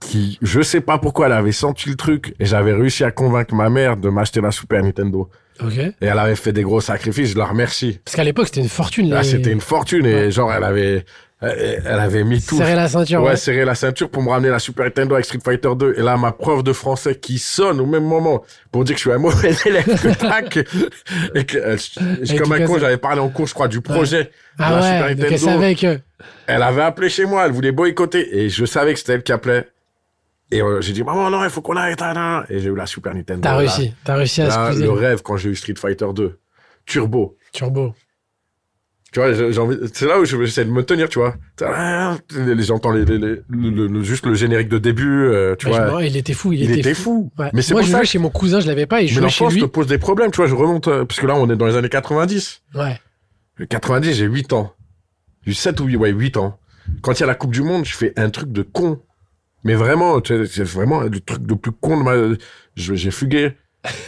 qui, je sais pas pourquoi, elle avait senti le truc et j'avais réussi à convaincre ma mère de m'acheter la Super Nintendo. Ok. Et elle avait fait des gros sacrifices, je la remercie. Parce qu'à l'époque, c'était une fortune. Là, les- Ah, c'était une fortune et genre, elle avait, elle elle avait mis tout. Serrer la ceinture. ouais, Ah ouais. serrer la ceinture pour me ramener la Super Nintendo avec Street Fighter 2. Et là, ma prof de français qui sonne au même moment pour dire que je suis un mauvais élève que tac. et que, elle- je- Et comme tu un con, casses- j'avais parlé en cours, je crois, du projet de Ah la ouais, Super donc elle Nintendo. savait que. Elle avait appelé chez moi, elle voulait boycotter. Et je savais que c'était elle qui appelait. Et euh, j'ai dit, maman, non, il faut qu'on arrête. ah, non. Et j'ai eu la Super Nintendo. T'as là. réussi. T'as réussi à Là, squeezer le le rêve quand j'ai eu Street Fighter 2. Turbo. turbo. Tu vois, j'ai j'ai envie. C'est là où je- j'essaie de me tenir, tu vois. Tadam Les- J'entends les, les, les- le- le- juste le générique de début, euh, tu Bah, je me vois. rappelle, il était fou. Il, il était fou. Ouais. Mais c'est Moi, pour je ça jouais que chez mon cousin, je l'avais pas, et je mais jouais chez l'enfance lui. te pose des problèmes, tu vois. Je remonte, euh, parce que là, on est dans les années 90. Ouais. Le 90, j'ai 8 ans. J'ai 7 ou 8, ouais, 8 ans. Quand il y a la Coupe du Monde, je fais un truc de con. Mais vraiment, tu sais, c'est vraiment le truc le plus con de ma. je- J'ai fugué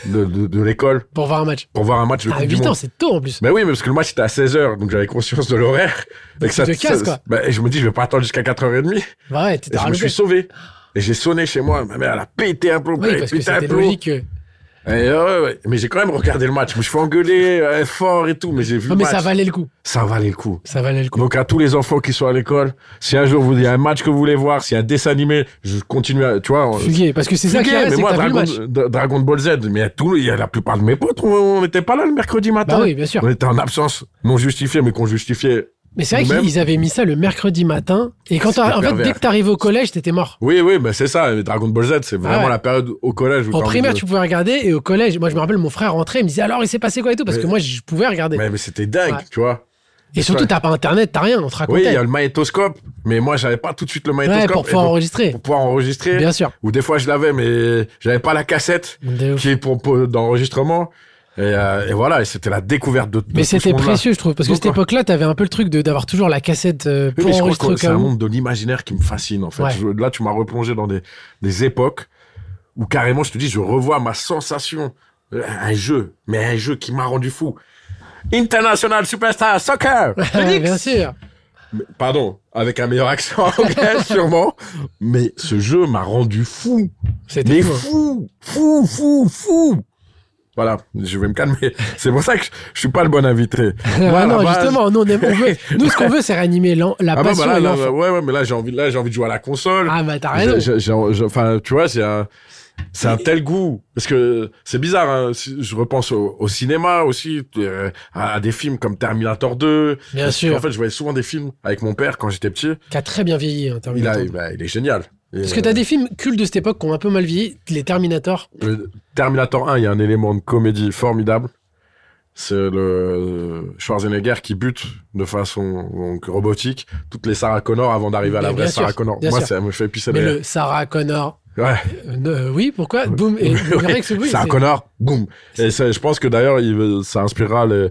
de, de, de l'école Pour voir un match. pour voir un match de Ah, Coupe du 8 Monde. ans, c'est tôt en plus. Mais Bah oui, mais parce que le match était à 16h, donc j'avais conscience de l'horaire. Et que tu te casses, quoi. bah, et je me dis, je vais pas attendre jusqu'à 4h30. Et Bah ouais, t'étais je me rallongé. suis sauvé. Et j'ai sonné chez moi, ma mère, elle a pété un plomb, Oui, elle a parce que pété un c'était plomb. logique. que- Et ouais, ouais. Mais j'ai quand même regardé le match. Je me suis fait engueuler euh, fort et tout, mais j'ai vu Non, le mais match. ça valait le coup. Ça valait le coup. Ça valait le coup. Donc à tous les enfants qui sont à l'école, si un jour vous il y a un match que vous voulez voir, s'il y a un dessin animé, je continue à, tu vois, on- Fugué, parce que c'est ça qui Fugué, reste, mais c'est que moi t'as vu le Dragon, match. Dra- Dragon Ball Z, mais tout, il y a la plupart de mes potes, on- on n'était pas là le mercredi matin. Bah oui, bien sûr. On était en absence non justifiée, mais qu'on justifiait. Mais c'est vrai Même- qu'ils avaient mis ça le mercredi matin, et quand C'était t'as- en fait, pervers. dès que t'arrives au collège, t'étais mort. Oui, oui, bah c'est ça. mais Dragon Ball Z, c'est vraiment ouais. la période au collège. Où t'as En envie primaire, de- tu pouvais regarder, et au collège, moi je me rappelle, mon frère rentrait, il me disait alors il s'est passé quoi et tout, parce Mais- que moi je pouvais regarder. Mais, mais c'était dingue, Ouais. tu vois. Et surtout, Ouais. t'as pas internet, t'as rien, on te Oui, il y a racontait. le magnétoscope, mais moi, j'avais pas tout de suite le Ouais, magnétoscope. pour et pouvoir donc, enregistrer. pour pouvoir enregistrer. Bien sûr. Ou des fois, je l'avais, mais j'avais pas la cassette Des ouf. qui est pour, pour- d'enregistrement. Et, euh, et voilà, et c'était la découverte de. de Mais tout ce c'était monde-là. précieux, je trouve, parce que Donc, cette époque-là, t'avais un peu le truc de d'avoir toujours la cassette euh, Oui, pour mais je crois enregistrer que au c'est cas un où. monde de l'imaginaire qui me fascine, en fait. Ouais. Je- là, tu m'as replongé dans des, des époques où carrément, je te dis, je revois ma sensation. Euh, Un jeu, mais un jeu qui m'a rendu fou. International Superstar Soccer Ouais, Phoenix. bien sûr. Mais- Pardon, avec un meilleur accent anglais, sûrement. Mais ce jeu m'a rendu fou. C'était Mais fou. hein. fou, fou, fou, fou. Voilà, je vais me calmer. C'est pour ça que je, je suis pas le bon invité. Ah Moi, à la non, base- justement, nous, on aime- on veut- nous, ce qu'on veut, c'est réanimer l'en- la Ah bah, passion bah, là, et là, l'enfant. ouais, ouais, mais là j'ai envie, là j'ai envie de jouer à la console. Ah bah t'as raison. J'ai- j'ai- j'ai- Enfin, tu vois, c'est un, c'est un tel goût. Parce que c'est bizarre, hein, si- je repense au, au cinéma aussi, euh, à, à des films comme Terminator 2. Bien Parce sûr. En fait, je voyais souvent des films avec mon père quand j'étais petit. Qui a très bien vieilli, hein, Il, Terminator. a, euh, bah, il est génial. Et, Parce que t'as des films cultes de cette époque qui ont un peu mal vieilli. Les Terminator. Le euh, Terminator 1, il y a un élément de comédie formidable. C'est le Schwarzenegger qui bute de façon donc, robotique toutes les Sarah Connor avant d'arriver à la Bien vraie sûr, Sarah Connor. bien Moi, sûr. ça me fait pisser de Mais rire. le Sarah Connor. Ouais. Euh, euh, oui, pourquoi Boum. Et Oui, c'est vrai que ce bruit, Sarah c'est- Connor, boum. Et ça, je pense que d'ailleurs, il veut- ça inspirera les,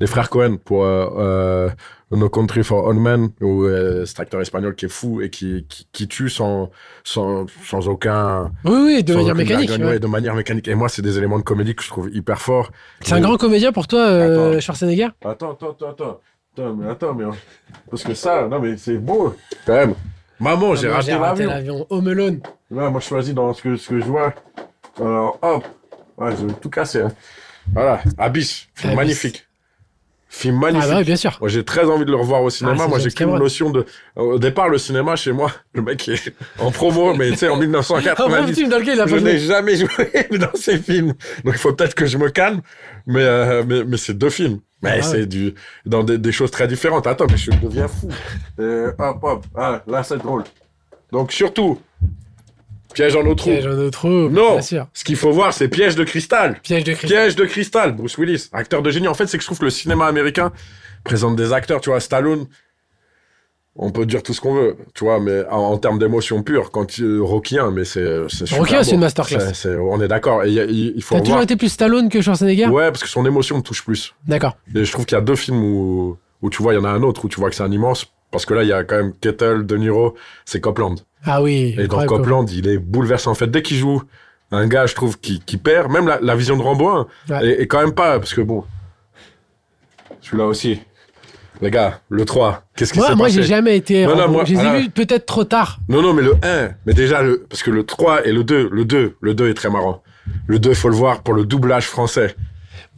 les frères Cohen pour euh, euh, No Country for Old Men, où euh, cet acteur espagnol qui est fou et qui, qui, qui tue sans, sans, sans aucun. Oui, oui, de sans manière aucune mécanique. vergogne, ouais. ouais, de manière mécanique. Et moi, c'est des éléments de comédie que je trouve hyper forts. C'est un grand comédien pour toi, euh, Attends. Schwarzenegger Attends, attends, attends, attends. Attends, mais attends, mais. Parce que ça, non, mais c'est beau. Quand même. Maman, j'ai Ah raté l'avion. l'avion. bah, Home Alone. Ah Là, moi, je choisis dans ce que, ce que je vois. Alors, hop. Ouais, je vais tout casser. hein. Voilà, Abyss. Film Abyss. magnifique. Film magnifique. Ah bah oui, bien sûr. Moi, j'ai très envie de le revoir au cinéma. Ah, c'est moi, j'ai James qu'une Cameron. notion de. Au départ, le cinéma, chez moi, le mec est en promo, mais tu sais, en Un vrai 1990. film dans lequel il a Je pas n'ai joué. jamais joué dans ces films. Donc, il faut peut-être que je me calme. Mais, euh, mais, mais c'est deux films. Mais Ah c'est du, dans des, des choses très différentes. Attends, mais je deviens fou. Euh, hop, hop. Ah, là, c'est drôle. Donc, surtout, piège en eau trou. Piège en eau trop. Non. Bien sûr. Ce qu'il faut voir, c'est piège de cristal. Piège de Christ. Piège de cristal. Bruce Willis, acteur de génie. En fait, c'est que je trouve que le cinéma américain présente des acteurs. Tu vois, Stallone, on peut dire tout ce qu'on veut, tu vois, mais en, en termes d'émotion pure, quand il- Rocky 1, mais c'est euh, c'est super Rocky 1, c'est beau. une masterclass. C'est- c'est- on est d'accord. Et il y a- il il faut T'as toujours voir. été plus Stallone que Schwarzenegger Ouais, parce que son émotion me touche plus. D'accord. Et je trouve qu'il y a deux films où, où tu vois, il y en a un autre où tu vois que c'est un immense. Parce que là, il y a quand même Kettle, De Niro, c'est Copland. Ah oui. Et dans incroyable, Copland, il est bouleversant. En fait, dès qu'il joue, un gars, je trouve, qui, qui perd, même la, la vision de Rambo 1, Ouais. est, est quand même pas, parce que bon. Celui-là aussi. Les gars, le 3, qu'est-ce qui Moi, s'est moi passé j'ai jamais été. Non, non, Rambo. moi- je les ai alors- vus peut-être trop tard. Non, non, mais le 1, mais déjà, le, parce que le 3 et le 2, le 2, le 2 est très marrant. Le 2, faut le voir pour le doublage français.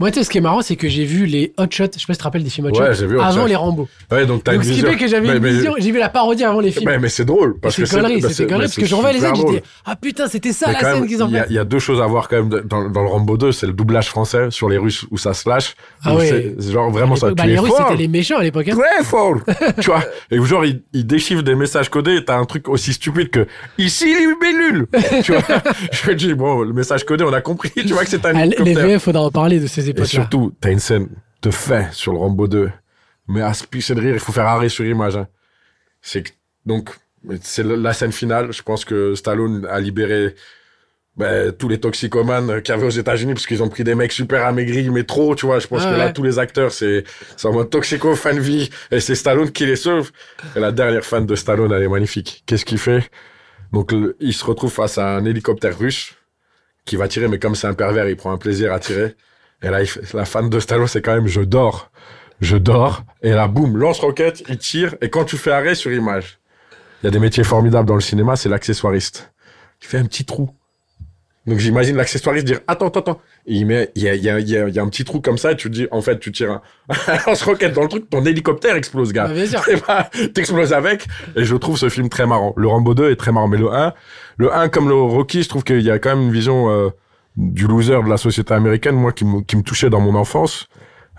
Moi, tu sais, ce qui est marrant, c'est que j'ai vu les Hot Shots. Je sais pas si tu te rappelles des films Hot Ouais, Shots. j'ai vu Hot avant Shots. les Rambo. Ouais, donc t'as Donc, une ce qui vision. fait que j'avais Mais- une mais- vision. J'ai vu la parodie avant les films. Mais, mais c'est drôle. Parce C'est que connerie, bah, c'était mais connerie. Parce que je revois les super autres, je drôle. disais Ah putain, c'était ça Mais la quand scène même, qu'ils ont il y a- faite. Il y a deux choses à voir quand même de- dans, dans le Rambo 2, c'est le doublage français sur les Russes où ça se lâche. Ah Où ouais. c'est- c'est Genre À vraiment ça. l'époque, bah, tu es les Russes, fort. c'était les méchants à l'époque. hein. Très fort. tu vois. Et où genre, ils il déchiffrent des messages codés et t'as un truc aussi stupide que ici les libellules. tu vois. Je me dis, bon, le message codé, on a compris. Tu vois que c'est un Ah, Les hélicoptère. VF, faudra en parler de ces Et époques-là. surtout, t'as une scène de fin sur le Rambo 2. Mais à se pisser de rire, il faut faire arrêt sur image. hein. C'est que- donc, mais c'est le- la scène finale. Je pense que Stallone a libéré ben, tous les toxicomanes qu'il y avait aux États-Unis parce qu'ils ont pris des mecs super amaigris, mais trop, tu vois. Je pense Ah que ouais. là, tous les acteurs, c'est c'est en mode toxico, fan de vie. Et c'est Stallone qui les sauve. Et la dernière fan de Stallone, elle est magnifique. Qu'est-ce qu'il fait Donc, le- il se retrouve face à un hélicoptère russe qui va tirer, mais comme c'est un pervers, il prend un plaisir à tirer. Et là, il fait- la fan de Stallone, c'est quand même je dors, je dors. Et là, boum, lance-roquette, il tire. Et quand tu fais arrêt sur image, il y a des métiers formidables dans le cinéma, c'est l'accessoiriste. Il fait un petit trou. Donc j'imagine l'accessoiriste dire attends, attends, attends. Et il met, il y a, il y a- il y a- il y a un petit trou comme ça. Et tu te dis en fait, tu tires un lance-roquette dans le truc, ton hélicoptère explose, gars. Bah, bien sûr. Et bah, t'exploses avec. Et je trouve ce film très marrant. Le Rambo 2 est très marrant, mais le 1, le 1 comme le Rocky, je trouve qu'il y a quand même une vision euh, du loser de la société américaine, moi, qui me, qui me touchait dans mon enfance.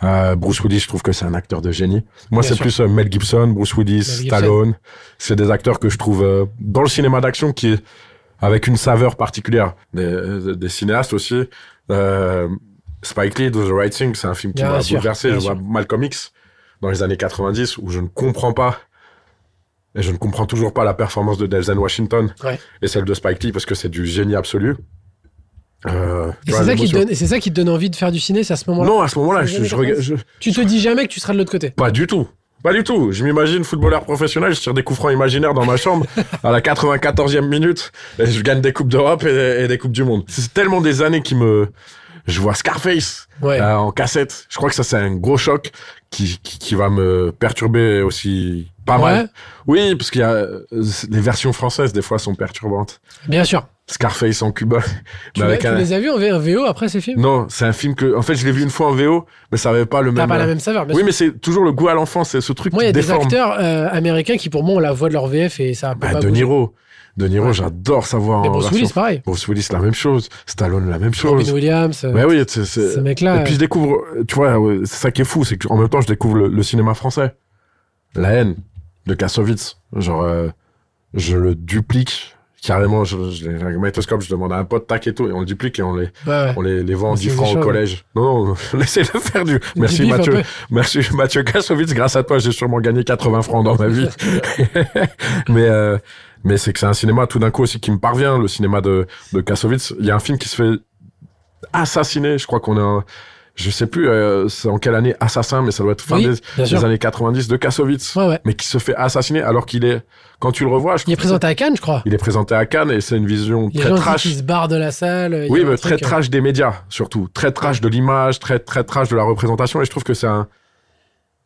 Euh, Bruce Willis, je trouve que c'est un acteur de génie. Moi, Bien c'est sûr. plus euh, Mel Gibson, Bruce Willis, Gibson. Stallone. C'est des acteurs que je trouve euh, dans le cinéma d'action qui est avec une saveur particulière. Des, euh, des cinéastes aussi. Euh, Spike Lee, Do the Right Thing, c'est un film qui Bien m'a sûr, bouleversé. bien Je vois Malcolm X dans les années 90 où je ne comprends pas et je ne comprends toujours pas la performance de Denzel Washington Ouais. et celle de Spike Lee parce que c'est du génie absolu. Euh, tu Et vois, c'est ça, qui te l'émotion- donne- et c'est ça qui te donne envie de faire du ciné, c'est à ce moment-là. Non, à ce moment-là, C'est je, les je années regarde- je- Tu te dis jamais que tu seras de l'autre côté. Pas du tout. Pas du tout. Je m'imagine footballeur professionnel, je tire des coups francs imaginaires dans ma chambre à la 94e minute et je gagne des Coupes d'Europe et, et des Coupes du Monde. C'est tellement des années qui me. Je vois Scarface Ouais. euh, en cassette. Je crois que ça, c'est un gros choc qui, qui, qui va me perturber aussi pas Ouais. mal. Oui, parce qu'il y a. euh, Les versions françaises, des fois, sont perturbantes. Bien sûr. Scarface en Cuba. bah, Tu, l'as- tu les as vus en VO après ces films Non, c'est un film que. En fait, je l'ai vu une fois en VO, mais ça avait pas le T'as même. euh, pas la même saveur. bien Oui, sûr. mais c'est toujours le goût à l'enfance, c'est ce truc Moi, il y qui a des déforme. acteurs euh, américains qui, pour moi, ont la voix de leur VF et ça. peut Bah, pas de bouger. Niro. De Niro, Ouais. j'adore savoir. Mais en Bruce version- Willis, pareil. Bruce Willis, la même chose. Stallone, la même Robin chose. Williams, euh, Mais oui, c'est- c'est- ce mec-là. Et puis je découvre, tu vois, euh, c'est ça qui est fou, c'est qu'en même temps, je découvre le, le cinéma français. La haine de Kassovitz. Genre, euh, je le duplique carrément. Je, je, j'ai un magnétoscope, je demande à un pote, tac et tout, et on le duplique et on les, Ouais, ouais. on les, les vend C'est 10 francs méchant, au ouais. collège. Non, non, laissez-le faire du. Du Merci bif un Mathieu. peu. Merci Mathieu Kassovitz, grâce à toi, j'ai sûrement gagné 80 francs dans ma vie. mais euh, mais c'est que c'est un cinéma tout d'un coup aussi qui me parvient, le cinéma de, de Kassovitz. Il y a un film qui se fait assassiner, je crois qu'on a un- je sais plus euh, c'est en quelle année Assassin, mais ça doit être fin Oui, des, bien des sûr. années 90 de Kassovitz. Ouais, ouais. Mais qui se fait assassiner alors qu'il est, quand tu le revois, je Il est trouve que- présenté à Cannes, je crois. il est présenté à Cannes et c'est une vision Il y a très des gens trash. qui se barrent de la salle. euh, il y Oui, a un mais truc, très euh, trash des médias, surtout. Très trash de l'image, très, très trash de la représentation. Et je trouve que c'est un.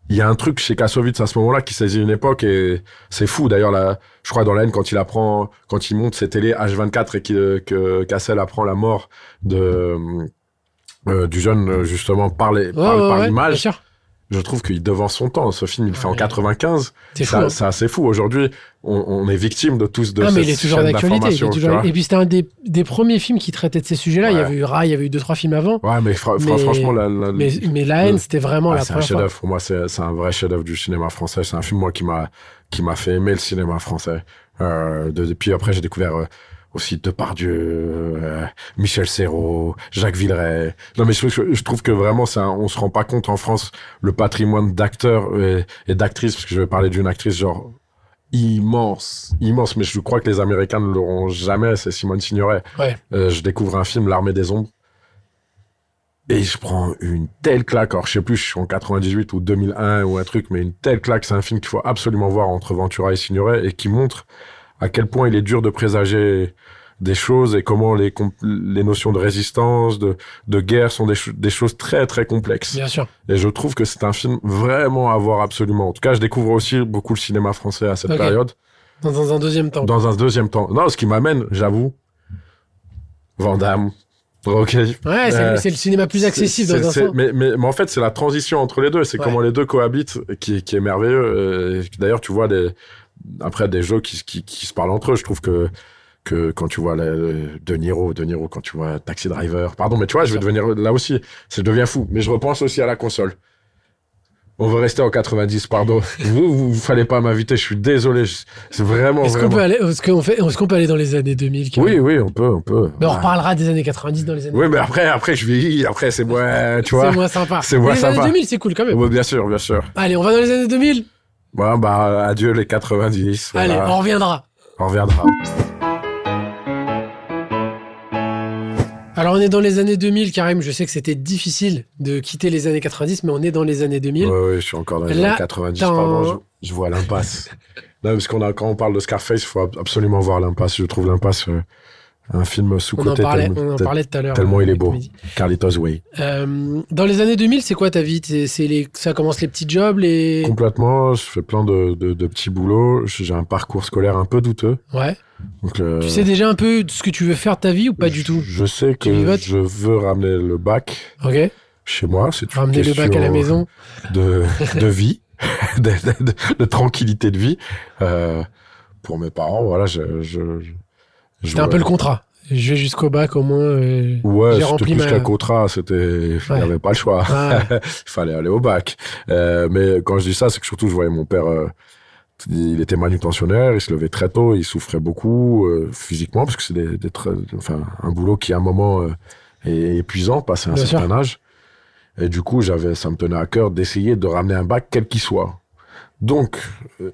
Il y a un truc chez Kassovitz à ce moment-là qui saisit une époque et c'est fou. D'ailleurs, là, je crois dans la haine, quand il apprend, quand il monte ses télés H24 et qu'il- euh, que Cassel apprend la mort de, euh, du jeune, euh, justement, par les- ouais, par- ouais, par ouais, bien l'image, sûr. je trouve qu'il devance son temps. Ce film, il le fait en Ouais. 95. C'est fou. Ça- hein. C'est assez fou. Aujourd'hui, on, on est victime de tous de Ah, mais cette il est toujours chaîne d'actualité. il est d'information, tu toujours- vois. Et puis c'était un des, des premiers films qui traitait de ces sujets-là. Il y Ouais. avait eu Ra, il y avait eu deux trois films avant. Ouais, mais, fra- fra- Mais- franchement, la- la- Mais, mais La haine, le- c'était vraiment Ah, la c'est un première fois. chef-d'œuvre. Pour moi, c'est c'est un vrai chef-d'œuvre du cinéma français. C'est un film moi qui m'a qui m'a fait aimer le cinéma français. Euh, de- de- puis après, j'ai découvert euh, aussi Depardieu, euh, Michel Serrault, Jacques Villeray. Non, mais je, je- je trouve que vraiment, c'est un- on se rend pas compte en France le patrimoine d'acteurs et, et d'actrices, parce que je vais parler d'une actrice genre immense, immense, mais je crois que les Américains ne l'auront jamais, c'est Simone Signoret. Ouais. Euh, je découvre un film, L'Armée des Ombres, et je prends une telle claque, alors je sais plus, je suis en 98 ou 2001 ou un truc, mais une telle claque, c'est un film qu'il faut absolument voir entre Ventura et Signoret, et qui montre à quel point il est dur de présager des choses et comment les, comp- les notions de résistance, de, de guerre sont des, cho- des choses très très complexes. Bien sûr. Et je trouve que c'est un film vraiment à voir absolument. En tout cas, je découvre aussi beaucoup le cinéma français à cette Ok. période. Dans, dans un deuxième temps. Dans un deuxième temps. Non, ce qui m'amène, j'avoue, Van Damme, Rocky. Ouais, c'est Euh, c'est le cinéma plus accessible C'est- dans un c'est- sens. Mais, mais, mais en fait, c'est la transition entre les deux. C'est Ouais. comment les deux cohabitent qui, qui est merveilleux. Euh, et D'ailleurs, tu vois des, après des jeux qui, qui, qui se parlent entre eux. Je trouve que, que quand tu vois les- De Niro, De Niro, quand tu vois Taxi Driver, pardon, mais tu vois, je vais devenir là aussi. Ça devient fou. Mais je repense aussi à la console. On va rester en 90, pardon. vous, vous, vous fallait pas m'inviter. Je suis désolé. Je- C'est vraiment, Est-ce qu'on vraiment. peut, aller- est-ce qu'on fait- est-ce qu'on peut aller dans les années 2000 quand Oui, même oui, on peut, on peut. Mais on Ouais. reparlera des années 90 dans les années Oui, mais après, après, je vieillis. Après, c'est moi, tu vois. C'est moins sympa. C'est moins Mais les sympa. années 2000, c'est cool quand même. Ouais, bien sûr, bien sûr. Allez, on va dans les années 2000. Bon, bah, adieu les 90. Allez, voilà. on reviendra. on reviendra. Alors, on est dans les années 2000, Karim. Je sais que c'était difficile de quitter les années 90, mais on est dans les années 2000. Ouais, ouais, je suis encore dans les Là, années 90, dans- pardon, je, je vois l'impasse. non, parce qu'on a, quand on parle de Scarface, il faut ab- absolument voir l'impasse. Je trouve l'impasse euh, un film on, en sous-côté parlait, tellement, on en parlait tout à l'heure. tellement il est avec beau. Mehdi. Carlitos Way. Euh, dans les années 2000, c'est quoi ta vie C'est- c'est les, Ça commence les petits jobs, les. Complètement, je fais plein de, de- de petits boulots. J'ai un parcours scolaire un peu douteux. Ouais. Donc, le- Tu sais déjà un peu ce que tu veux faire de ta vie ou pas du tout Euh. Je sais Tu que vivotes je veux ramener le bac Ok. chez moi. C'est une Ramener le bac à la question maison. De, de vie, de, de- de- de tranquillité de vie. Euh, pour mes parents, voilà, je. je, je- je C'était un peu le contrat. Je vais jusqu'au bac au moins. euh, Ouais, J'ai c'était rempli plus ma- qu'un contrat, c'était, il n'y avait pas le choix. ah, il fallait aller au bac. Euh, mais quand je dis ça, c'est que surtout, je voyais mon père, euh, il était manutentionnaire, il se levait très tôt, il souffrait beaucoup euh, physiquement, parce que c'est des, des tra- enfin, un boulot qui, à un moment, euh, est épuisant, passé un Bien certain âge. Et du coup, j'avais, ça me tenait à cœur d'essayer de ramener un bac, quel qu'il soit. Donc, euh,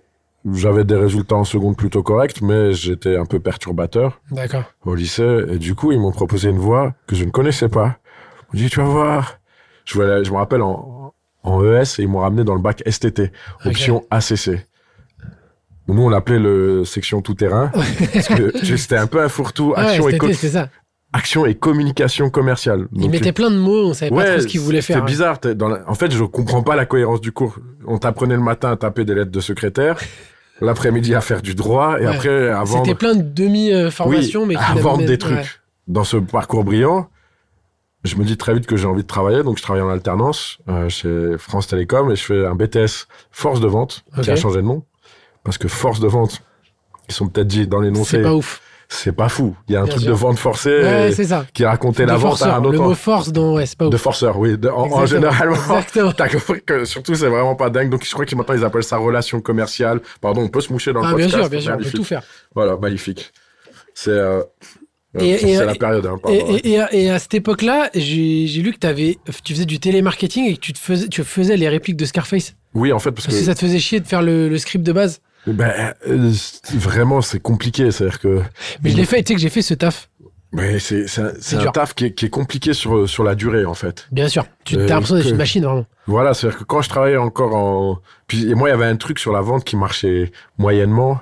j'avais des résultats en seconde plutôt corrects, mais j'étais un peu perturbateur D'accord. au lycée. Et du coup, ils m'ont proposé une voie que je ne connaissais pas. On dit, tu vas voir. Je, voulais aller- je me rappelle en, en ES, et ils m'ont ramené dans le bac STT, option ACC. Nous, on l'appelait le section tout-terrain, parce que tu- c'était un peu un fourre-tout, Ah ouais, action, et c'était- co- c'est ça. action et communication commerciale. Il Donc, euh, mettait plein de mots, on savait pas trop ce qu'il voulait c'était faire. hein. bizarre. t'es dans la- En fait, je comprends pas la cohérence du cours. On t'apprenait le matin à taper des lettres de secrétaire. l'après-midi à faire du droit et Ouais. après à vendre, C'était plein de demi-formations, Oui, mais qui à n'avaient vendre même- des trucs. ouais. Dans ce parcours brillant, je me dis très vite que j'ai envie de travailler, donc je travaille en alternance euh, chez France Télécom et je fais un BTS force de vente Ok. qui a changé de nom parce que force de vente, ils se sont peut-être dit dans C'est l'énoncé, pas ouf. c'est pas fou. Il y a un Bien truc sûr. de vente forcée Ouais, et- c'est ça. qui racontait De la vente à forceur. un Le autre mot force dans. Ouais, c'est pas de ouf. forceur, oui. De- en- en, Exactement. général, Exactement. t'as compris que surtout c'est vraiment pas dingue. Donc je crois qu'ils maintenant ils appellent ça relation commerciale. Pardon, on peut se moucher dans Ah, le bien podcast. sûr, bien sûr, on peut magnifique. tout faire. Voilà, magnifique. C'est euh, Et- euh, et- c'est la et- période. hein, pardon, Et, ouais. et- et à, et à cette époque-là, j'ai j'ai lu que avais, tu faisais du télémarketing et que tu, te faisais, tu faisais les répliques de Scarface. Oui, en fait, parce Parce que que Ah, ça te faisait chier de faire le, le script de base. ben, euh, c'est- vraiment c'est compliqué. C'est-à-dire que Mais je l'ai fait, tu sais que j'ai fait ce taf. mais c'est c'est un, c'est un dur. taf qui est, qui est compliqué sur sur la durée en fait. Bien sûr. Tu as Euh, l'impression d'être que- une machine, vraiment. Voilà, c'est-à-dire que quand je travaillais encore en. Puis, et moi, il y avait un truc sur la vente qui marchait moyennement,